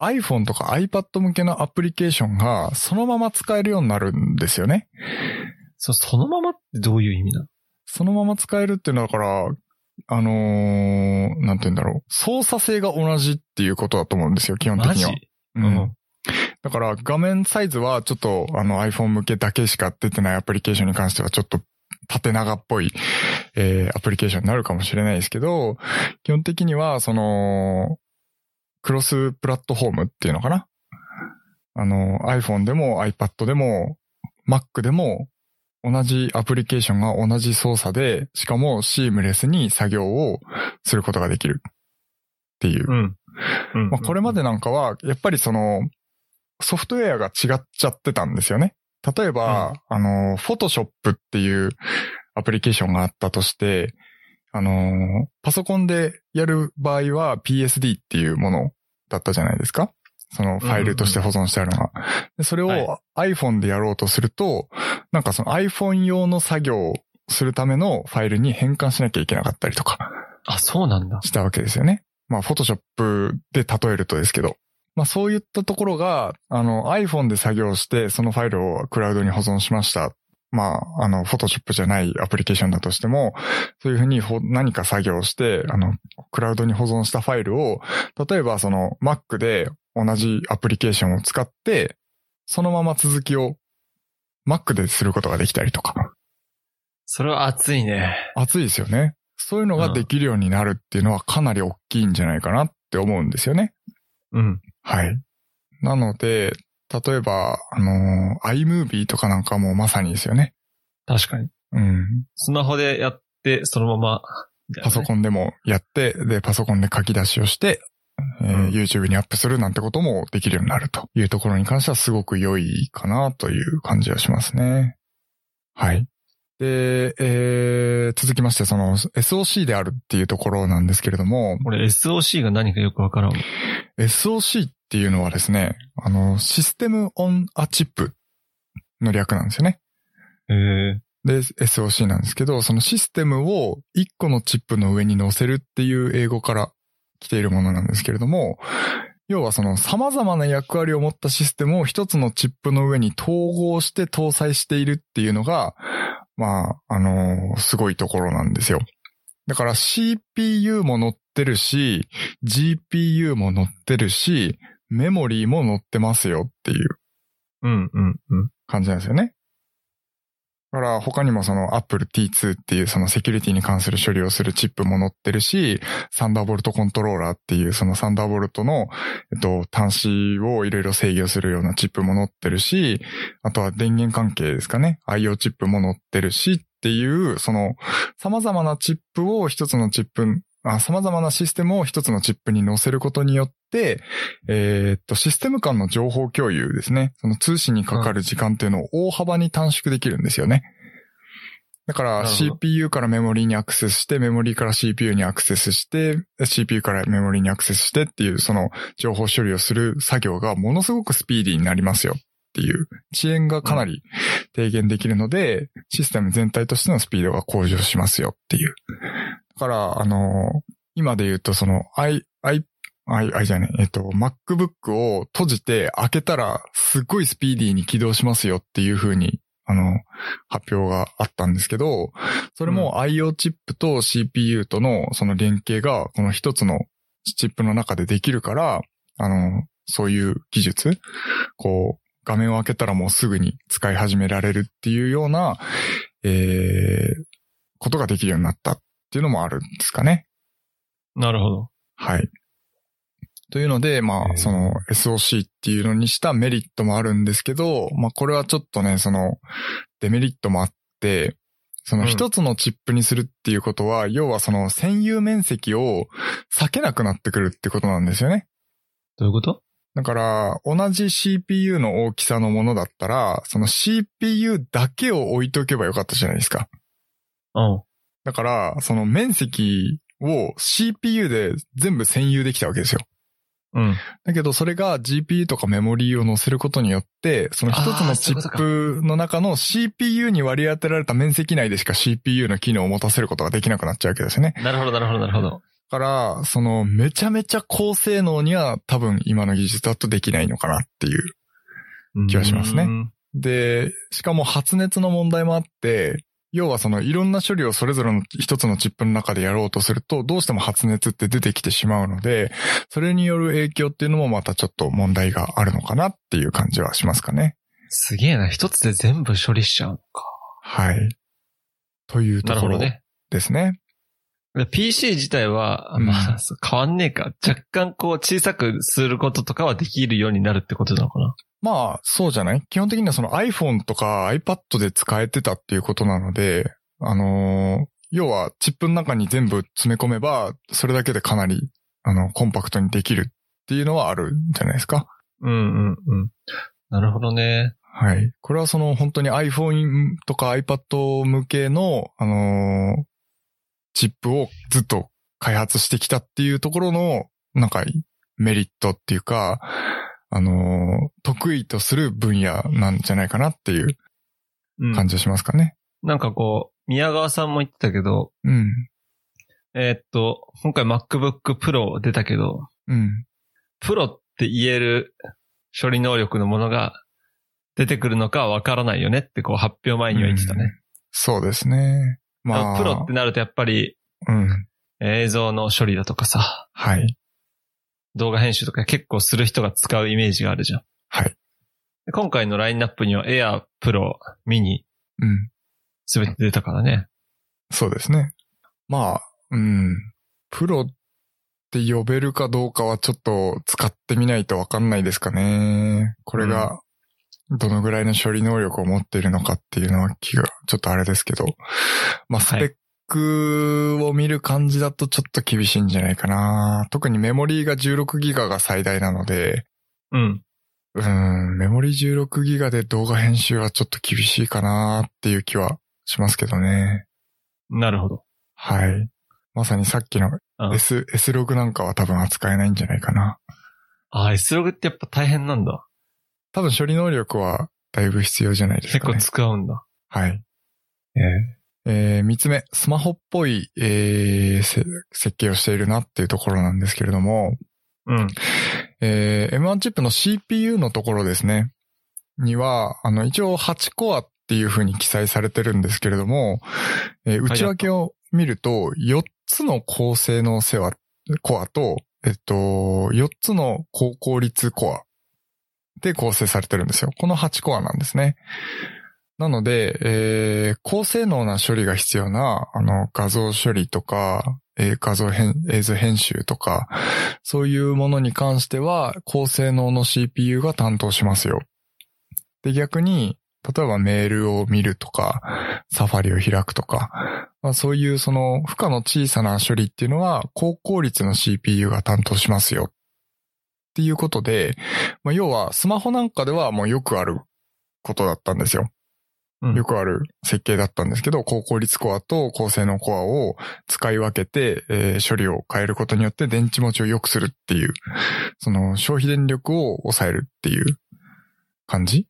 S2: iPhone とか iPad 向けのアプリケーションがそのまま使えるようになるんですよね。
S1: そそのままってどういう意味なの
S2: そのまま使えるっていうのはだから、あのーなんて言うんだろう。操作性が同じっていうことだと思うんですよ、基本
S1: マ
S2: 的
S1: ジ
S2: には。う
S1: うんん。。
S2: だから画面サイズはちょっとあの iPhone 向けだけしか出てないアプリケーションに関してはちょっと縦長っぽい、えーアプリケーションになるかもしれないですけど、基本的にはその、クロスプラットフォームっていうのかなあの iPhone でも iPad でも Mac でも同じアプリケーションが同じ操作で、しかもシームレスに作業をすることができるっていう
S1: うん。うん
S2: まあ、これまでなんかは、やっぱりその、ソフトウェアが違っちゃってたんですよね。例えば、あの、フォトショップっていうアプリケーションがあったとして、あの、パソコンでやる場合は PSD っていうものだったじゃないですか。そのファイルとして保存してあるのが。でそれを iPhone でやろうとすると、なんかその iPhone 用の作業をするためのファイルに変換しなきゃいけなかったりとか。
S1: あ、そうなんだ。
S2: したわけですよね。まあ、フォトショップで例えるとですけど。まあ、そういったところが、あの、iPhone で作業して、そのファイルをクラウドに保存しました。まあ、あの、フォトショップじゃないアプリケーションだとしても、そういうふうにほ何か作業して、あの、クラウドに保存したファイルを、例えばその Mac で同じアプリケーションを使って、そのまま続きを Mac ですることができたりとか。
S1: それは熱いね。
S2: 熱いですよね。そういうのができるようになるっていうのはかなり大きいんじゃないかなって思うんですよね。
S1: うん。
S2: はい。なので、例えば、あのー iMovie とかなんかもまさにですよね。
S1: 確かに。
S2: うん。
S1: スマホでやって、そのままみたいなね、
S2: パソコンでもやって、で、パソコンで書き出しをして、えー
S1: うん YouTube
S2: YouTube にアップするなんてこともできるようになるというところに関してはすごく良いかなという感じがしますね。はい。で、えー続きまして、その SOC であるっていうところなんですけれども、
S1: 俺 SOC が何かよくわからん。
S2: SOC っていうのはですね、あの、システムオンアチップの略なんですよね。
S1: え
S2: で、SOC なんですけど、そのシステムを1個のチップの上に乗せるっていう英語から来ているものなんですけれども、要はその様々な役割を持ったシステムを一つのチップの上に統合して搭載しているっていうのが、まあ、あのすごいところなんですよ。だから CPU も乗ってるし、GPU も乗ってるし、メモリーも乗ってますよっていう
S1: うんうんうん。
S2: 感じなんですよね。だから他にもその Apple T2 っていうそのセキュリティに関する処理をするチップも載ってるし、サンダーボルトコントローラーっていうそのサンダーボルトの、えっと、端子をいろいろ制御するようなチップも載ってるし、あとは電源関係ですかね。IO チップも載ってるしっていう、その様々なチップを一つのチップ、あ様々なシステムを一つのチップに載せることによって、えーっと、システム間の情報共有ですね。その通信にかかる時間っていうのを大幅に短縮できるんですよね。だか
S1: な
S2: ら
S1: るほど
S2: CPU からメモリーにアクセスして、メモリーから CPU にアクセスして、CPU からメモリーにアクセスしてっていう、その情報処理をする作業がものすごくスピーディーになりますよっていう、遅延がかなり低減できるので、システム全体としてのスピードが向上しますよっていう。だから、あの、今で言うとその、I、I、I、I じゃねえ、えっと、MacBook を閉じて開けたらすっごいスピーディーに起動しますよっていう風に、あの、発表があったんですけど、それも IO チップと CPU とのその連携がこの一つのチップの中でできるから、あの、そういう技術、こう、画面を開けたらもうすぐに使い始められるっていうような、えー、ことができるようになったっていうのもあるんですかね。
S1: なるほど。
S2: はい。というので、ま
S1: えー
S2: あ、その SOC っていうのにしたメリットもあるんですけど、まあ、これはちょっとね、その、デメリットもあって、その
S1: うん
S2: 一つのチップにするっていうことは、要はその占有面積を避けなくなってくるってことなんですよね。
S1: どういうこと
S2: だから、同じ CPU の大きさのものだったら、その CPU だけを置いとけばよかったじゃないですか。
S1: うん。
S2: だから、その面積を CPU で全部占有できたわけですよ。
S1: うん。
S2: だけど、それが GPU とかメモリーを載せることによって、その一つ
S1: あー
S2: の
S1: そうい
S2: チ
S1: うこと
S2: ッ
S1: か
S2: プの中の CPU に割り当てられた面積内でしか CPU の機能を持たせることができなくなっちゃうわけですよね。
S1: なるほど、なるほど、なるほ *laughs* ど。
S2: だから、その、めちゃめちゃ高性能には多分今の技術だとできないのかなっていう。気がしますね
S1: うん
S2: で、しかも発熱の問題もあって、要はそのいろんな処理をそれぞれの一つのチップの中でやろうとすると、どうしても発熱って出てきてしまうので、それによる影響っていうのもまたちょっと問題があるのかなっていう感じはしますかね。
S1: すげえな。一つで全部処理しちゃうのか。
S2: はい。というと
S1: なる
S2: こ
S1: ほど
S2: ろ
S1: ね。
S2: ですね。
S1: で PC 自体は、
S2: うん
S1: まあ、そう変わんねえか。若干こう小さくすることとかはできるようになるってことなのかな。
S2: まあ、そうじゃない基本的にはその iPhone とか iPad で使えてたっていうことなので、あのー要はチップの中に全部詰め込めば、それだけでかなり、あの、コンパクトにできるっていうのはあるんじゃないですか。
S1: うんうんうん。なるほどね。
S2: はい。これはその本当に iPhone とか iPad 向けの、あのーチップをずっと開発してきたっていうところの、なんかメリットっていうか、あのー得意とする分野なんじゃないかなっていう
S1: うん。
S2: 感じがしますかね。
S1: なんかこう、宮川さんも言ってたけど、
S2: うん。
S1: えーっと、今回 MacBook Pro 出たけど、
S2: うん。
S1: プロって言える処理能力のものが出てくるのかわからないよねってこう発表前には言ってたね。
S2: そうですね。まあ、
S1: プロってなるとやっぱり
S2: うん。
S1: 映像の処理だとかさ、
S2: はい。
S1: 動画編集とか結構する人が使うイメージがあるじゃん。
S2: はい。
S1: で今回のラインナップには Air、Pro、Mini
S2: うん。
S1: すべて出たからね。
S2: そうですね。まあ、うん。プロって呼べるかどうかはちょっと使ってみないとわかんないですかね。これが、どのぐらいの処理能力を持っているのかっていうのは気が、ちょっとあれですけど。まあ、スペックを見る感じだとちょっと厳しいんじゃないかな。特にメモリーが16ギガが最大なので、
S1: うん。
S2: うーん、メモリー16ギガで動画編集はちょっと厳しいかなっていう気はしますけどね。
S1: なるほど。
S2: はい。まさにさっきの
S1: あ
S2: S、S ログなんかは多分扱えないんじゃないかな。
S1: あ、S ログってやっぱ大変なんだ。
S2: 多分処理能力はだいぶ必要じゃないです
S1: 結
S2: かね。
S1: 構使うんだ。
S2: はい。
S1: え
S2: えー、三つ目、スマホっぽい、えー、せ設計をしているなっていうところなんですけれども、
S1: うん。
S2: えー M1 チップの CPU のところですね。には、あの、一応8コアっていう風に記載されてるんですけれども、えー内訳を見ると、4つの高性能セワコアと、えっと、4つの高効率コアで構成されてるんですよ。この8コアなんですね。なので、えー高性能な処理が必要な、あの、画像処理とか、えー画像編、映像編集とか、そういうものに関しては、高性能の CPU が担当しますよ。で、逆に、例えばメールを見るとか、サファリを開くとか、まあ、そういうその負荷の小さな処理っていうのは、高効率の CPU が担当しますよ。っていうことで、まあ、要はスマホなんかではもうよくあることだったんですよ。
S1: うん
S2: よくある設計だったんですけど、高効率コアと高性能コアを使い分けて、えー処理を変えることによって電池持ちを良くするっていう、その消費電力を抑えるっていう感じ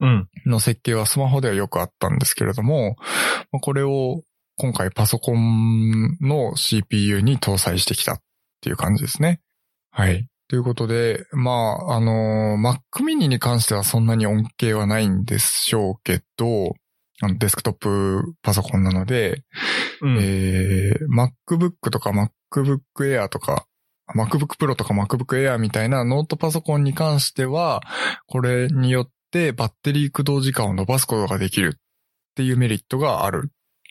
S1: うん。
S2: の設計はスマホではよくあったんですけれども、まあこれを今回パソコンの CPU に搭載してきたっていう感じですね。はい。ということで、まあ、あのー、Mac mini に関してはそんなに恩恵はないんでしょうけど、あのデスクトップパソコンなので、
S1: うん。
S2: えー MacBook とか MacBook Air とか、MacBook Pro とか MacBook Air みたいなノートパソコンに関しては、これによってバッテリー駆動時間を伸ばすことができるっていうメリットがあるっ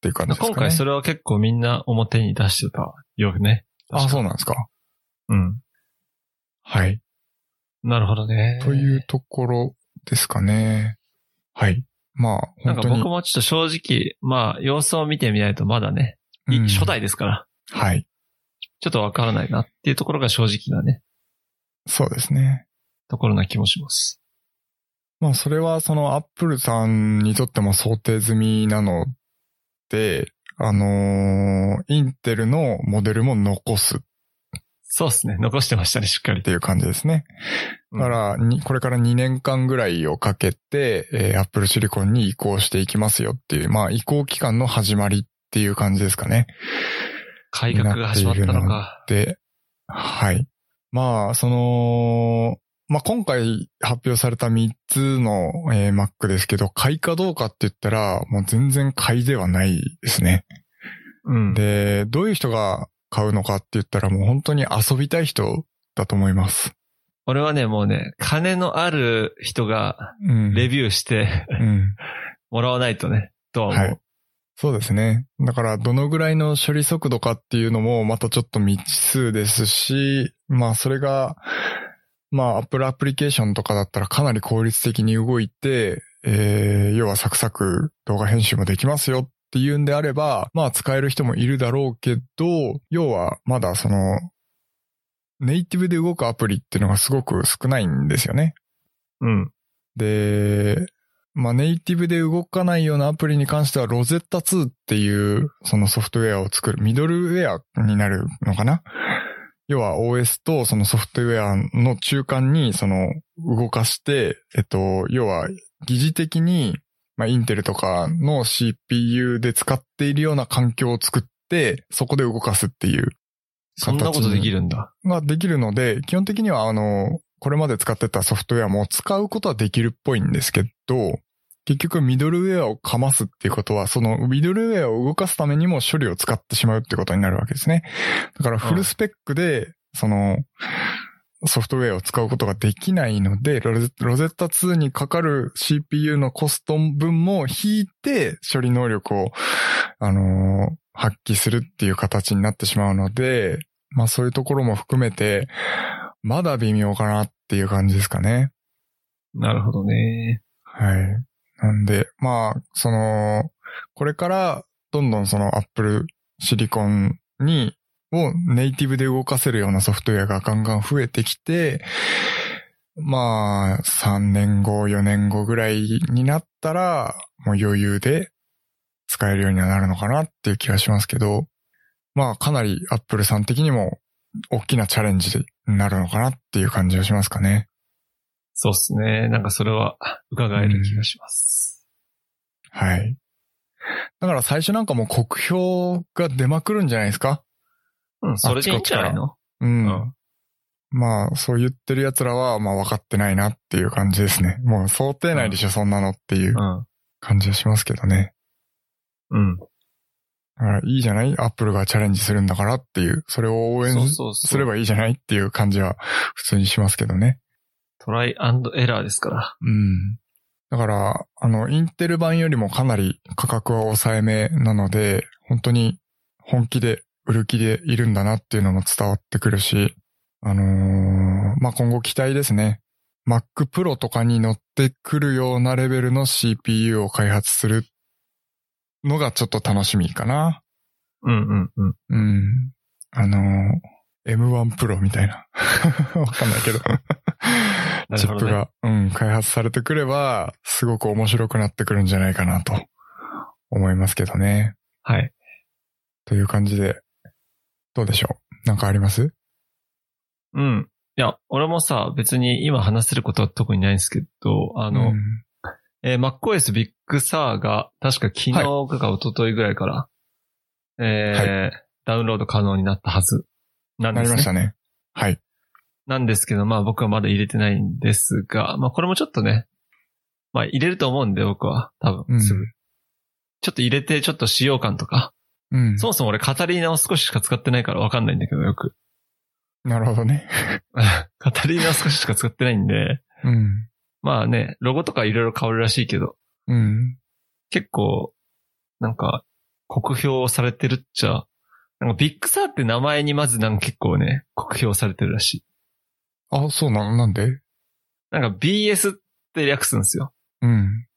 S2: ていう感じですかね。
S1: 今回そ
S2: れ
S1: れは結構みんな表に出してたよね。
S2: あ、そうなんですか。
S1: うん。
S2: はい。
S1: なるほどね。
S2: というところですかね。はい。まあ、
S1: なん
S2: 本
S1: か
S2: 当に。
S1: 僕もちょっと正直、まあ、様子を見てみないとまだね、い
S2: うん
S1: 初。代ですから、
S2: はい。
S1: ちょっとわからないなっていうところが正直なね、
S2: そうですね。
S1: ところな気もします。
S2: まあそれはそのアップルさんにとっても想定済みなので、あのーインテルのモデルも残すっ
S1: そうですね。残してましたね、しっかりと。
S2: ていう感じですね。だから、にこれから2年間ぐらいをかけて、えー、Apple Silicon に移行していきますよっていう、まあ移行期間の始まりっていう感じですかね。
S1: 改革が始まったのか。
S2: で、はい。まあ、その、まあ、今回発表された3つの、えー Mac ですけど、買いかどうかって言ったら、もう全然買いではないですね。
S1: うん。
S2: で、どういう人が買うのかって言ったら、もう本当に遊びたい人だと思います。
S1: 俺はね、もうね、金のある人が
S2: うん。
S1: レビューして *laughs*
S2: うん。
S1: もらわないとね、とは思う。
S2: はい。そうですね。だから、どのぐらいの処理速度かっていうのも、またちょっと未知数ですし、まあ、それが、まあ、Apple アプリケーションとかだったらかなり効率的に動いて、えー、要はサクサク動画編集もできますよっていうんであれば、まあ、使える人もいるだろうけど、要は、まだその、ネイティブで動くアプリっていうのがすごく少ないんですよね。
S1: うん。
S2: で、まあ、ネイティブで動かないようなアプリに関しては、ロゼッタ2っていう、そのソフトウェアを作る、ミドルウェアになるのかな要は OS とそのソフトウェアの中間に、その、動かして、えっと、要は、疑似的に、まあ、インテルとかの CPU で使っているような環境を作って、そこで動かすっていう
S1: そんなことできるんだ。
S2: ができるので、基本的にはあの、これまで使ってたソフトウェアも使うことはできるっぽいんですけど、結局ミドルウェアをかますっていうことは、そのミドルウェアを動かすためにも処理を使ってしまうってことになるわけですね。だからフルスペックで、その、ソフトウェアを使うことができないので、ロゼロゼッタ2にかかる CPU のコスト分も引いて処理能力を、あのー発揮するっていう形になってしまうので、まあそういうところも含めて、まだ微妙かなっていう感じですかね。
S1: なるほどね。
S2: はい。なんで、まあ、その、これからどんどんその Apple シリコンに、をネイティブで動かせるようなソフトウェアがガンガン増えてきて、まあ、3年後、4年後ぐらいになったら、もう余裕で使えるようにはなるのかなっていう気がしますけど、まあ、かなり Apple さん的にも大きなチャレンジになるのかなっていう感じがしますかね。
S1: そうですね。なんかそれは伺える気がします。
S2: はい。だから最初なんかもう国評が出まくるんじゃないですか
S1: うん、それでいいんじゃないの
S2: うん。
S1: うん
S2: まあ、そう言ってる奴らは、まあ分かってないなっていう感じですね。もう想定内でしょ、そんなのっていう
S1: うん。
S2: 感じがしますけどね。
S1: うん。
S2: だからいいじゃないアップルがチャレンジするんだからっていう、それを応援
S1: そうそうそう。
S2: すればいいじゃないっていう感じは普通にしますけどね。
S1: トライアンドエラーですから。
S2: うん。だから、あの、インテル版よりもかなり価格は抑えめなので、本当に本気で売る気でいるんだなっていうのも伝わってくるし、あのーまあ、今後期待ですね。Mac Pro とかに乗ってくるようなレベルの CPU を開発するのがちょっと楽しみかな。
S1: うんうんうん。
S2: うん。あのー M1 Pro みたいな。 *laughs* わかんないけど。
S1: *laughs* な
S2: チ
S1: る
S2: ッ
S1: ほ
S2: プ
S1: どね。
S2: が、うん、開発されてくれば、すごく面白くなってくるんじゃないかなと思いますけどね。
S1: はい。
S2: という感じで、どうでしょうなんかあります
S1: うん。いや、俺もさ、別に今話せることは特にないんですけど、あ
S2: あ
S1: の、
S2: うん、
S1: えー MacOS ビッグサーが、確か昨日か一昨日ぐらいから、えーダウンロード可能になったはずなん
S2: な
S1: で
S2: り
S1: す、
S2: ま
S1: ね
S2: し。たね。はい。
S1: なんですけど、まあ僕はまだ入れてないんですが、まあこれもちょっとね、まあ入れると思うんで僕は、多
S2: う
S1: 分
S2: ん。
S1: すぐ。ちょっと入れてちょっと使用感とか、
S2: うん。
S1: そもそも俺カタリーナを少ししか使ってないからわかんないんだけどよく。 *laughs*
S2: なるほどね。
S1: カタリーナを少ししか使ってないんで、
S2: うん。
S1: まあね、ロゴとかいろいろ変わるらしいけど、
S2: うん。
S1: 結構、なんか、酷評されてるっちゃ、なんかビッグサーって名前にまずなんか結構ね、酷評されてるらしい。
S2: あ、そうなのなんで
S1: なんか BS って略すんですよ。
S2: うん。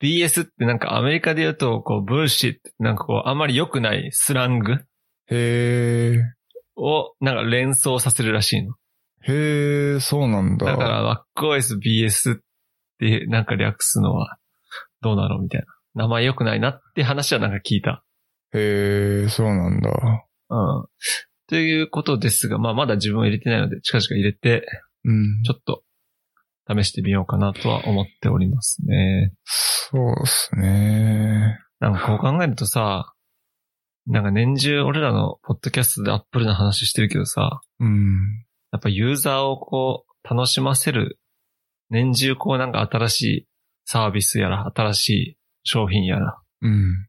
S1: BS ってなんかアメリカで言うと、こう、ブーシット、なんかこう、あまり良くないスラング
S2: へー。
S1: を、なんか連想させるらしいの。
S2: へー、そうなんだ。
S1: だから、MacOS BS ってなんか略すのは、どうなのみたいな。名前良くないなって話はなんか聞いた。
S2: へー、そうなんだ。
S1: うん。ということですが、まあまだ自分は入れてないので、近々入れて、
S2: うん。
S1: ちょっと試してみようかなとは思っておりますね。
S2: そうっすね。
S1: なんかこう考えるとさ、なんか年中俺らのポッドキャストで Apple の話してるけどさ、
S2: うん。
S1: やっぱユーザーをこう楽しませる、年中こうなんか新しいサービスやら、新しい商品やら、
S2: うん。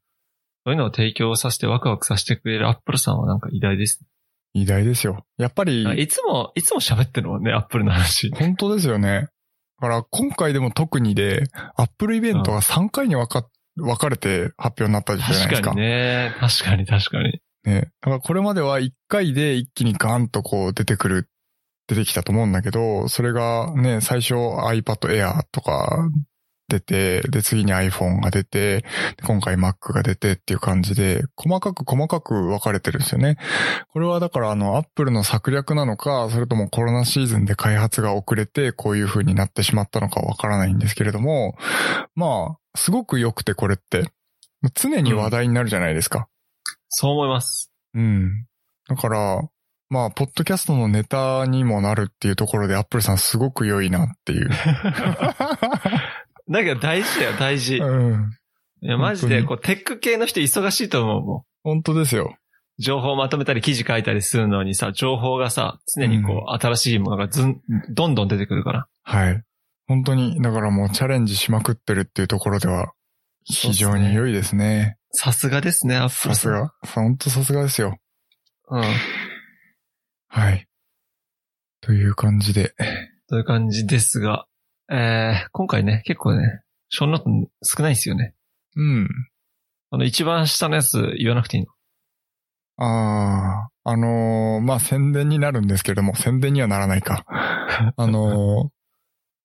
S1: そういうのを提供させてワクワクさせてくれる Apple さんはなんか偉大ですね。
S2: 偉大ですよ。やっぱり
S1: なん、かいつも、いつも喋ってるもんね、Apple の話。
S2: 本当ですよね。だから今回でも特にで、アップルイベントが3回に分か、分かれて発表になったじゃないで
S1: 確
S2: すか。
S1: かにね。確かに確かに。
S2: ね。だからこれまでは1回で一気にガーンとこう出てくる、出てきたと思うんだけど、それがね、最初 iPad Air とか出て、で次に iPhone が出て、で今回 Mac が出てっていう感じで、細かく細かく分かれてるんですよね。これはだからあの、Apple の策略なのか、それともコロナシーズンで開発が遅れて、こういう風になってしまったのかわからないんですけれども、まあ、すごく良くてこれって、常に話題になるじゃないですか。
S1: そう思います。
S2: うん。だから、まあ、ポッドキャストのネタにもなるっていうところで、アップルさんすごく良いなっていう。
S1: だけど大事だよ、大事。
S2: うん。
S1: いや、マジ
S2: 本当
S1: で、
S2: に
S1: こう、テック系の人忙しいと思うもん。
S2: 本当ですよ。
S1: 情報をまとめたり記事書いたりするのにさ、情報がさ、常にこう、新しいものがずん、どんどん出てくるから。
S2: はい。本当に、だからもうチャレンジしまくってるっていうところでは、非常に良いですね。
S1: さすがですね、アップ
S2: さす。が。本当さすがですよ。
S1: うん。
S2: はい。という感じで。
S1: という感じですが、えー、今回ね、結構ね、ショーノート少ないんですよね。
S2: うん。
S1: あの、一番下のやつ言わなくていいの
S2: ああ、あのーまあ、宣伝になるんですけれども、宣伝にはならな
S1: *laughs*
S2: いか。あのー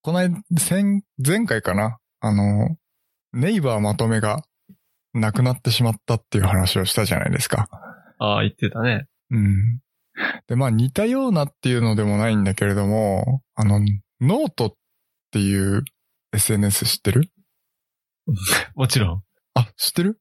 S2: この間、先前回かなあのーネイバーまとめがなくなってしまったっていう話をしたじゃないですか。
S1: ああ、言ってたね。
S2: うん。で、まあ似たようなっていうのでもないんだけれども、あの、ノートっていう SNS 知ってる
S1: もちろん。
S2: あ、知ってる、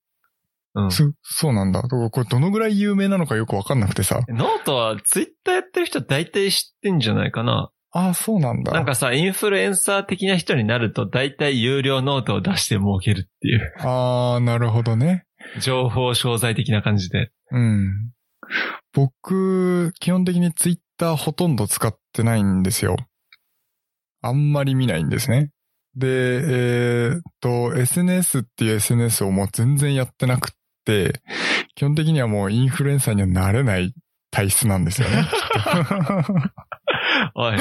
S1: うん。
S2: そ、そうなんだ。これどのぐらい有名なのかよくわかんなくてさ。
S1: ノートはツイッターやってる人大体知ってんじゃないかな。
S2: あ、そうなんだ。
S1: なんかさ、インフルエンサー的な人になると大体有料ノートを出して儲けるっていう、
S2: あー、なるほどね。
S1: 情報商材的な感じで。
S2: うん。僕、基本的にツイッターほとんど使ってないんですよ。あんまり見ないんですね。で、えーっと、SNS っていう SNS をもう全然やってなくって、基本的にはもうインフルエンサーにはなれない体質なんですよね。 *laughs*
S1: *laughs* おい。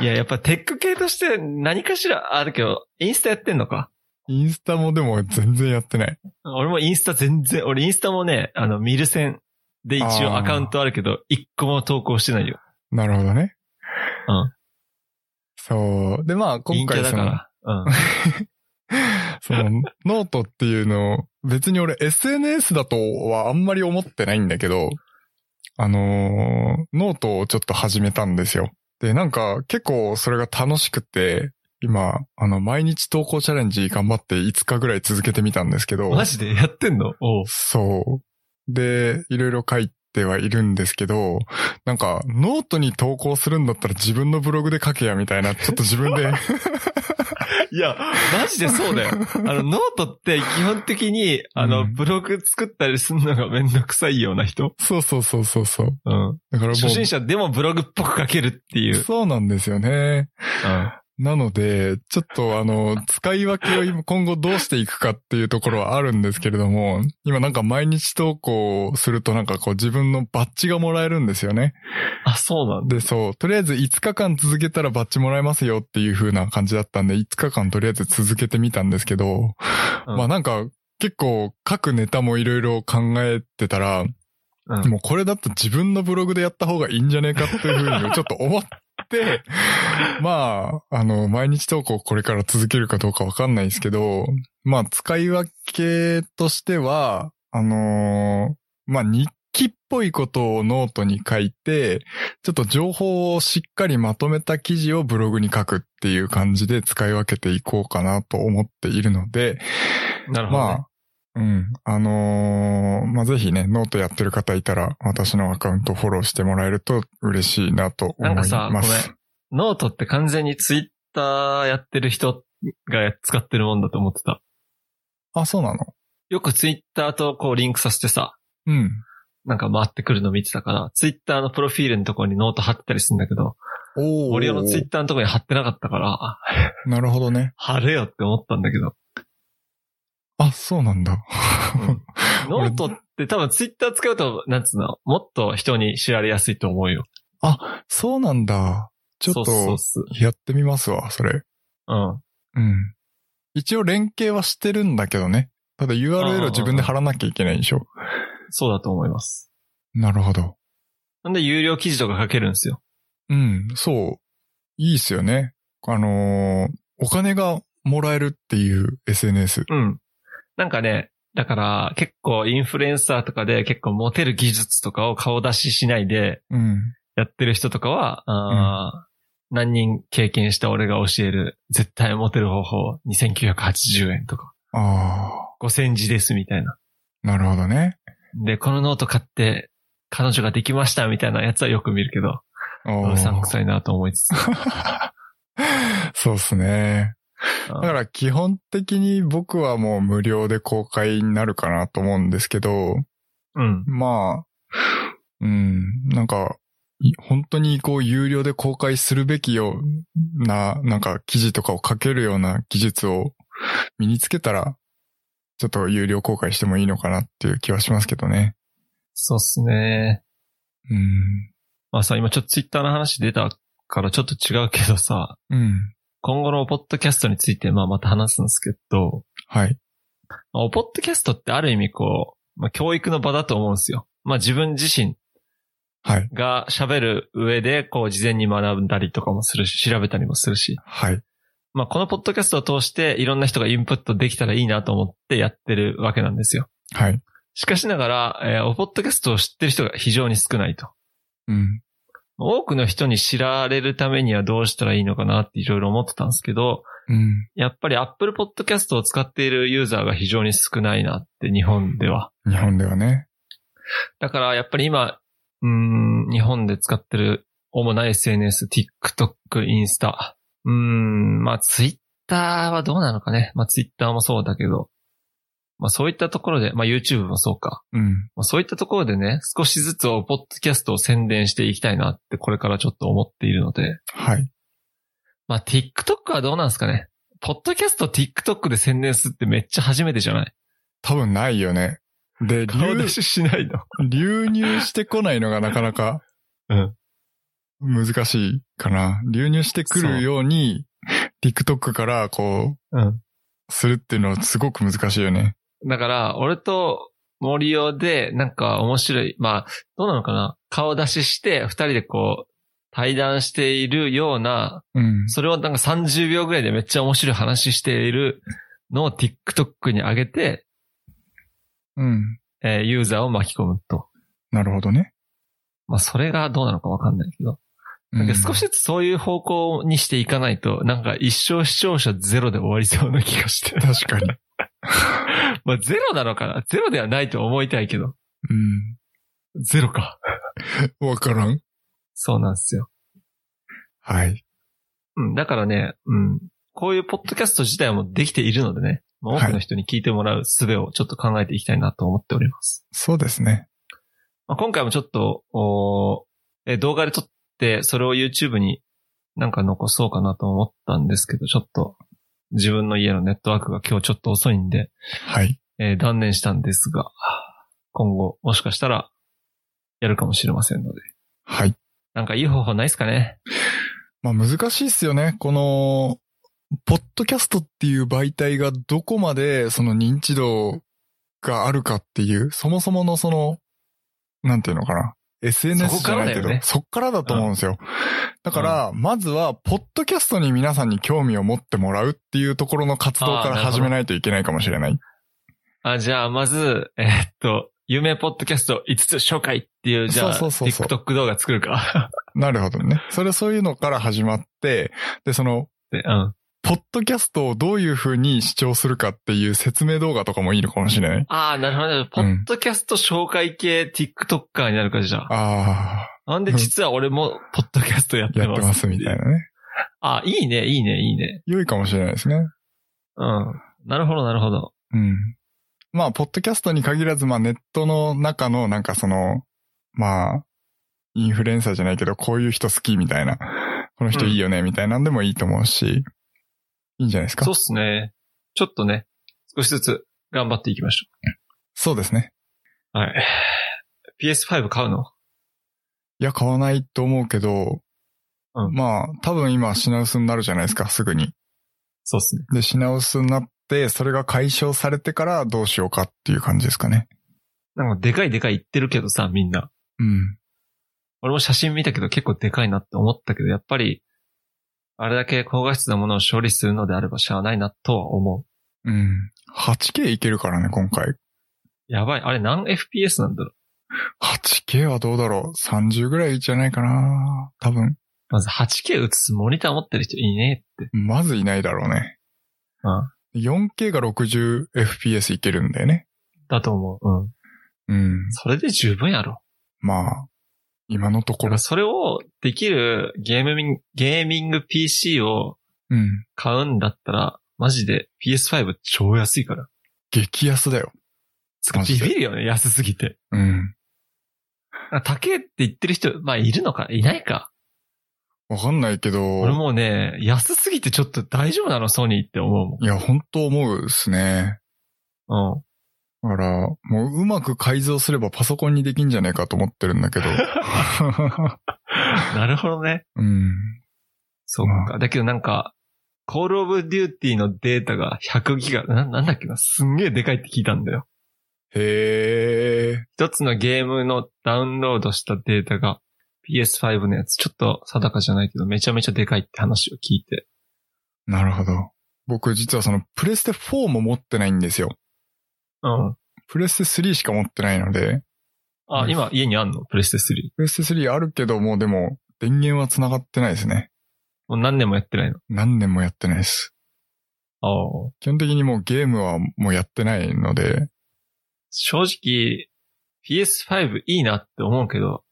S1: いや、やっぱテック系として何かしらあるけど、インスタやってんのか。
S2: インスタもでも全然やってない。
S1: 俺もインスタ全然、俺インスタもね、あの、ミルセンで一応アカウントあるけど、一個も投稿してないよ。
S2: なるほどね。
S1: うん。
S2: そう。で、まあ、
S1: 陰
S2: 今
S1: キャだ
S2: 回その、
S1: から。うん。
S2: *laughs* その、ノートっていうのを、別に俺 SNS だとはあんまり思ってないんだけど、あのーノートをちょっと始めたんですよ。で、なんか結構それが楽しくて、今、あの、毎日投稿チャレンジ頑張って5日ぐらい続けてみたんですけ
S1: *laughs*
S2: ど、
S1: マジでやってんのおう
S2: そう。で、いろいろ書いてはいるんですけど、なんか、ノートに投稿するんだったら自分のブログで書けやみたいな、ちょっと自分
S1: *laughs*
S2: で、
S1: いや、マジでそう
S2: *laughs*
S1: だよ。あの、ノートって基本的に、あの、
S2: うん
S1: ブログ作ったりするのがめんどくさいような人。
S2: そうそうそうそうそう。
S1: うん。
S2: だからもう、
S1: 初心者でもブログっぽく書けるっていう。
S2: そうなんですよね。
S1: うん。
S2: なので、ちょっとあの、使い分けを今今後どうしていくかっていうところはあるんですけれども、今なんか毎日投稿するとなんかこう自分のバッジがもらえるんですよね。
S1: あ、そうなんだ。
S2: で、そう、とりあえず5日間続けたらバッジもらえますよっていう風な感じだったんで、5日間とりあえず続けてみたんですけど、
S1: うん
S2: まあなんか結構各ネタもいろいろ考えてたら、
S1: うん。
S2: もうこれだと自分のブログでやった方がいいんじゃねえかっていうふうにちょっと思って、 *laughs* まあ、あの、毎日投稿これから続けるかどうかわかんないですけど、まあ、使い分けとしては、あのーまあ、日記っぽいことをノートに書いて、ちょっと情報をしっかりまとめた記事をブログに書くっていう感じで使い分けていこうかなと思っているので、
S1: なるほど、ね。
S2: まあ、うん。あのーまあ、ぜひね、ノートやってる方いたら、私のアカウントフォローしてもらえると嬉しいなと思います。
S1: なんかさノートって完全にツイッターやってる人が使ってるもんだと思ってた。
S2: あ、そうなの
S1: よくツイッターとこうリンクさせてさ、
S2: うん。
S1: なんか回ってくるの見てたから、ツイッターのプロフィールのところにノート貼ってたりするんだけど、
S2: おー
S1: 森尾のツイッターのところに貼ってなかったから、あ
S2: なるほどね。
S1: 貼れよって思ったんだけど。
S2: あ、そうなんだ。
S1: ノートって多分ツイッター使うと、なんつうの、もっと人に知られやすいと思うよ。
S2: そうなんだ。ちょっ
S1: そうそう
S2: と、
S1: そう
S2: やってみますわ、それ。
S1: うん。
S2: うん。一応連携はしてるんだけどね。ただ
S1: あ
S2: URL
S1: ー
S2: を自分で貼らなきゃいけないんでしょ。
S1: そうだと思います。
S2: なるほど。
S1: なんで有料記事とか書けるんですよ。
S2: うん、そう。いいっすよね。あのーお金がもらえるっていう SNS。
S1: うん。なんかね、だから結構インフルエンサーとかで結構モテる技術とかを顔出ししないで
S2: うん。
S1: やってる人とかは、あー何人経験した俺が教える絶対モテる方法2980円とか
S2: あ
S1: 5000字ですみたいな。
S2: あ、なるほどね。
S1: で、このノート買って彼女ができましたみたいなやつはよく見るけど、
S2: おー
S1: うさんくさいなと思いつつ。
S2: *laughs* そうっすね。
S1: うん
S2: だから基本的に僕はもう無料で公開になるかなと思うんですけど、
S1: *laughs* うん。
S2: まあ、うん、なんか、い本当にこう有料で公開するべきような、なんか記事とかを書けるような技術を身につけたら、ちょっと有料公開してもいいのかなっていう気はしますけどね。
S1: そうっすね。
S2: うん。
S1: まあさ、今ちょっとツイッターの話出たからちょっと違うけどさ、
S2: うん。
S1: 今後のポッドキャストについてまあまた話すんですけど、
S2: はい。
S1: まあおポッドキャストってある意味こう、まあ教育の場だと思うんですよ。まあ自分自身
S2: はい。
S1: が喋る上でこう事前に学んだりとかもするし、調べたりもするし、
S2: はい。
S1: まあ、このポッドキャストを通していろんな人がインプットできたらいいなと思ってやってるわけなんですよ。
S2: はい。
S1: しかしながら、えーおポッドキャストを知ってる人が非常に少ないと。
S2: うん。
S1: 多くの人に知られるためにはどうしたらいいのかなっていろいろ思ってたんですけど、
S2: うん。
S1: やっぱり Apple Podcast を使っているユーザーが非常に少ないなって日本では。
S2: 日本ではね。
S1: だからやっぱり今、うーん、日本で使ってる主な SNS、TikTok、インスタ。うーん、まあ Twitter はどうなのかね。まあ Twitter もそうだけど。まあそういったところで、まあ YouTube もそうか。
S2: うん。
S1: まあそういったところでね、少しずつをポッドキャストを宣伝していきたいなってこれからちょっと思っているので。
S2: はい。
S1: まあ TikTok はどうなんですかね。ポッドキャスト TikTok で宣伝するってめっちゃ初めてじゃない
S2: 多分ないよね。で、
S1: 顔
S2: 流
S1: 出ししないの。
S2: 流入してこないのがなかなか
S1: *laughs* うん。
S2: 難しいかな。流入してくるように、TikTok からこ
S1: うん。
S2: う、するっていうのはすごく難しいよね。
S1: だから、俺と森尾で、なんか面白い、まあ、どうなのかな顔出しして、二人でこう、対談しているような、
S2: うん。
S1: それをなんか30秒ぐらいでめっちゃ面白い話しているのを TikTok に上げて、
S2: うん。
S1: えーユーザーを巻き込むと。
S2: なるほどね。
S1: まあ、それがどうなのかわかんないけど。
S2: う
S1: だ
S2: ん
S1: けど少しずつそういう方向にしていかないと、なんか一生視聴者ゼロで終わりそうな気がして。 *laughs*
S2: 確かに。
S1: まあ、ゼロなのかなゼロではないと思いたいけど。ゼロか。
S2: うん。わからん。
S1: そうなんですよ。
S2: はい。
S1: うん、だからね、うん。こういうポッドキャスト自体もできているのでね、まあ、多くの人に聞いてもらう術をちょっと考えていきたいなと思っております。
S2: そうですね。
S1: まあ、今回もちょっと、おーえ動画で撮って、それを YouTube になんか残そうかなと思ったんですけど、ちょっと自分の家のネットワークが今日ちょっと遅いんで、
S2: はい。
S1: えー断念したんですが、今後もしかしたらやるかもしれませんので、
S2: はい。
S1: なんかいい方法ないですかね
S2: まあ難しいっすよね。この、ポッドキャストっていう媒体がどこまでその認知度があるかっていう、そもそものその、なんていうのかな。SNS
S1: そこ
S2: じ
S1: か
S2: ゃ
S1: ら
S2: な
S1: だ
S2: いけ
S1: よね
S2: ど、そっからだと思うんですよ。だから、まずは、ポッドキャストに皆さんに興味を持ってもらうっていうところの活動から
S1: あーなるほど
S2: 始めないといけないかもしれない。
S1: あ、じゃあ、まず、えーっと、有名ポッドキャスト5つ紹介っていう、じゃあ、
S2: そうそうそうそう
S1: TikTok 動画作るか。 *laughs*
S2: なるほどね。それそういうのから始まって、で、その、
S1: でうん。
S2: ポッドキャストをどういう風に視聴するかっていう説明動画とかもいいのかもしれない。
S1: ああ、なるほど。ポッドキャスト紹介系 TikToker になるか、じゃあ。
S2: あ
S1: なんで、実は俺もポッドキャストやっ
S2: あ、
S1: て
S2: や
S1: ます。
S2: ってますみたいなね。
S1: あ、いいね、いいね、いいね。
S2: 良いかもしれないですね。
S1: うん。なるほど、なるほど。
S2: うん。まあ、ポッドキャストに限らず、まあ、ネットの中の、なんかその、まあ、インフルエンサーじゃないけど、こういう人好きみたいな、この人いいよね、みたいなんでもいいと思うし、いいんじゃないですか。
S1: そ
S2: そ
S1: っ
S2: う
S1: すね。ちょっとね、少しずつ頑張っていきましょ
S2: うですね。
S1: う。はい。PS5 買うの
S2: いや、買わないと思うけど、
S1: うん
S2: まあ、多分今、品薄になるじゃないですか、すぐに。
S1: そうっすね。
S2: で、品薄になって、それが解消されてからどうしようかっていう感じですかね。
S1: なんか、でかいでかい言ってるけどさ、みんな。
S2: うん。
S1: 俺も写真見たけど結構でかいなって思ったけど、やっぱり、あれだけ高画質なものを処理するのであればしゃあないなとは思う。
S2: うん。8K いけるからね、今回。
S1: やばい。あれ何 FPS なんだろう
S2: 8K はどうだろう ?30 ぐらいじゃないかな多分。
S1: まず 8K 映すモニター持ってる人いねえって。
S2: まずいないだろうね。
S1: うん。
S2: 4K が 60fps いけるんだよね。
S1: だと思う。うん。
S2: うん。
S1: それで十分やろ。
S2: まあ、今のと
S1: だ
S2: こ
S1: か
S2: ろ
S1: ら。それをできるゲームミン、ゲーミング PC を
S2: うん。
S1: 買うんだったら、マジで PS5 超安いから。
S2: 激安だよ。
S1: つか
S2: マ
S1: ビ
S2: ジで
S1: ビるよね、安すぎて。
S2: うん。
S1: あ高えって言ってる人、まあいるのか、いないか。
S2: わかんないけ
S1: 俺
S2: ど、
S1: もうね、安すぎてちょっと大丈夫なのソニーって思
S2: いや、本当思うっすね。
S1: うもん。うん。
S2: だから、もううまく改造すればパソコンにできんじゃねえかと思ってるん
S1: *laughs*
S2: だけど。
S1: なるほどね。
S2: うん。
S1: そっか。だけどなんか、コールオブデューティーのデータが100ギガ、な、なんだっけな、すんげえでかいって聞いたんだよ。
S2: へえ。
S1: 一つのゲームのダウンロードしたデータが PS5 のやつ、ちょっと定かじゃないけど、めちゃめちゃでかいって話を聞いて。
S2: なるほど。僕実はそのプレステ4も持ってないんですよ。
S1: うん。
S2: プレステ3しか持ってないので、
S1: あ、今家にあんのプレステ3。
S2: プレステ3あるけどもうでも電源は繋がってないですね。
S1: もう何年もやってないの。
S2: 何年もやってないです。
S1: ああ。
S2: 基本的にもうゲームはもうやってないので、
S1: 正直、PS5 いいなって思うけど、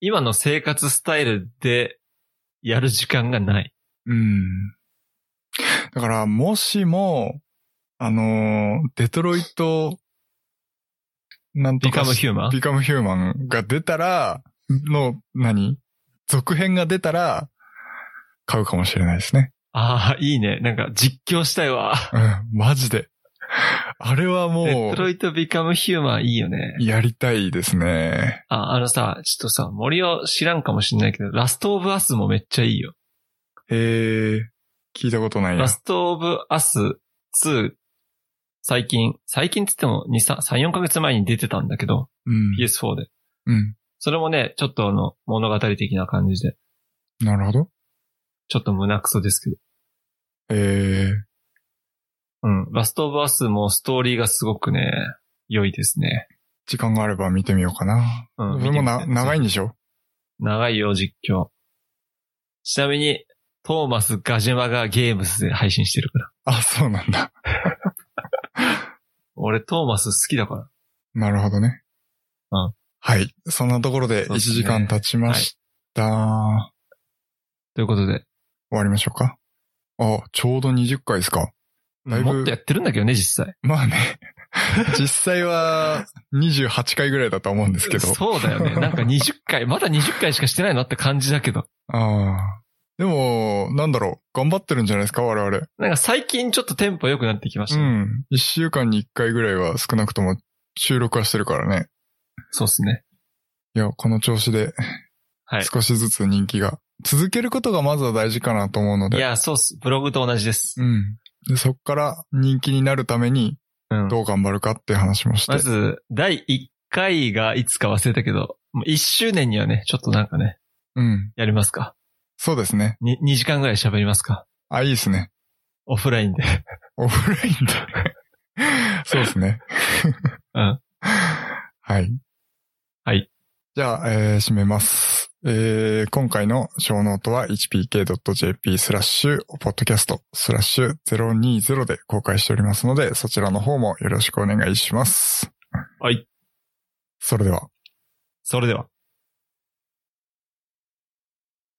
S1: 今の生活スタイルでやる時間がない。
S2: うん。だからもしも、あのーデトロイト、なんと
S1: ビ
S2: か
S1: カムヒューマン
S2: ビカムヒューマンが出たら、の、何続編が出たら、買うかもしれないですね。
S1: ああ、いいね。なんか実況したいわ。
S2: うん、マジで。あれは
S1: デ
S2: も
S1: トロ
S2: う、
S1: イトビカムヒューマンいいよね。
S2: やりたいですね。
S1: あ、あのさ、ちょっとさ、森を知らんかもしんないけど、ラストオブアスもめっちゃいいよ。
S2: へえ、聞いたことないや
S1: ラ。ストオブアス2、最近、最近って言っても2、3、4ヶ月前に出てたんだけど、
S2: うん。
S1: PS4 で。
S2: うん。
S1: それもね、ちょっとあの、物語的な感じで、
S2: なるほど。
S1: ちょっと胸クソですけど。
S2: ええ、
S1: うん。ラストオブアスもストーリーがすごくね、良いですね。
S2: 時間があれば見てみようかな。
S1: うん。
S2: それもな、
S1: 見てみて
S2: 長いんでしょ
S1: 長いよ、実況。ちなみに、トーマス・ガジェマがゲームズで配信してるから。
S2: あ、そうなんだ。
S1: 俺、トーマス好きだから。
S2: なるほどね。
S1: うん
S2: はい。そんなところで
S1: そう
S2: 1
S1: ですね
S2: 時間経ちました。
S1: ということで。
S2: 終わりましょうか。あ、ちょうど20回ですか。だいぶ
S1: もっとやってるんだけどね、実際。
S2: ま
S1: *laughs*
S2: あね。実際は28回ぐらいだと思うんですけど。
S1: そうだよ
S2: *laughs*
S1: ね。なんか20回、まだ20回しかしてないなって感じだけど。
S2: ああ。でも、なんだろう。頑張ってるんじゃないですか、我々。
S1: なんか最近ちょっとテンポ良くなってきまし
S2: う
S1: たね。
S2: ん。1週間に1回ぐらいは少なくとも収録はしてるからね。
S1: そうっすね。
S2: いや、この調子で
S1: はい。
S2: 少しずつ人気が。続けることがまずは大事かなと思うの
S1: い
S2: で。
S1: や、そうっす。ブログと同じです。
S2: うん。で、そっから人気になるために
S1: うん。
S2: どう頑張るかって話もして。
S1: まず、第1回がいつか忘れたけど、1周年にはね、ちょっとなんかね、
S2: うん。
S1: やりますか。
S2: そうですね。
S1: に2時間ぐらい喋りますか。
S2: あ、いいですね。
S1: オフラインで。
S2: オフラインだ。 *laughs* そうですね。
S1: うん。
S2: はい。
S1: はい。
S2: じゃあ、えー締めます。えー今回の小ノートは hpk.jp スラッシュ、ポッドキャストスラッシュ020で公開しておりますので、そちらの方もよろしくお願いします。
S1: はい。
S2: それでは。
S1: それでは。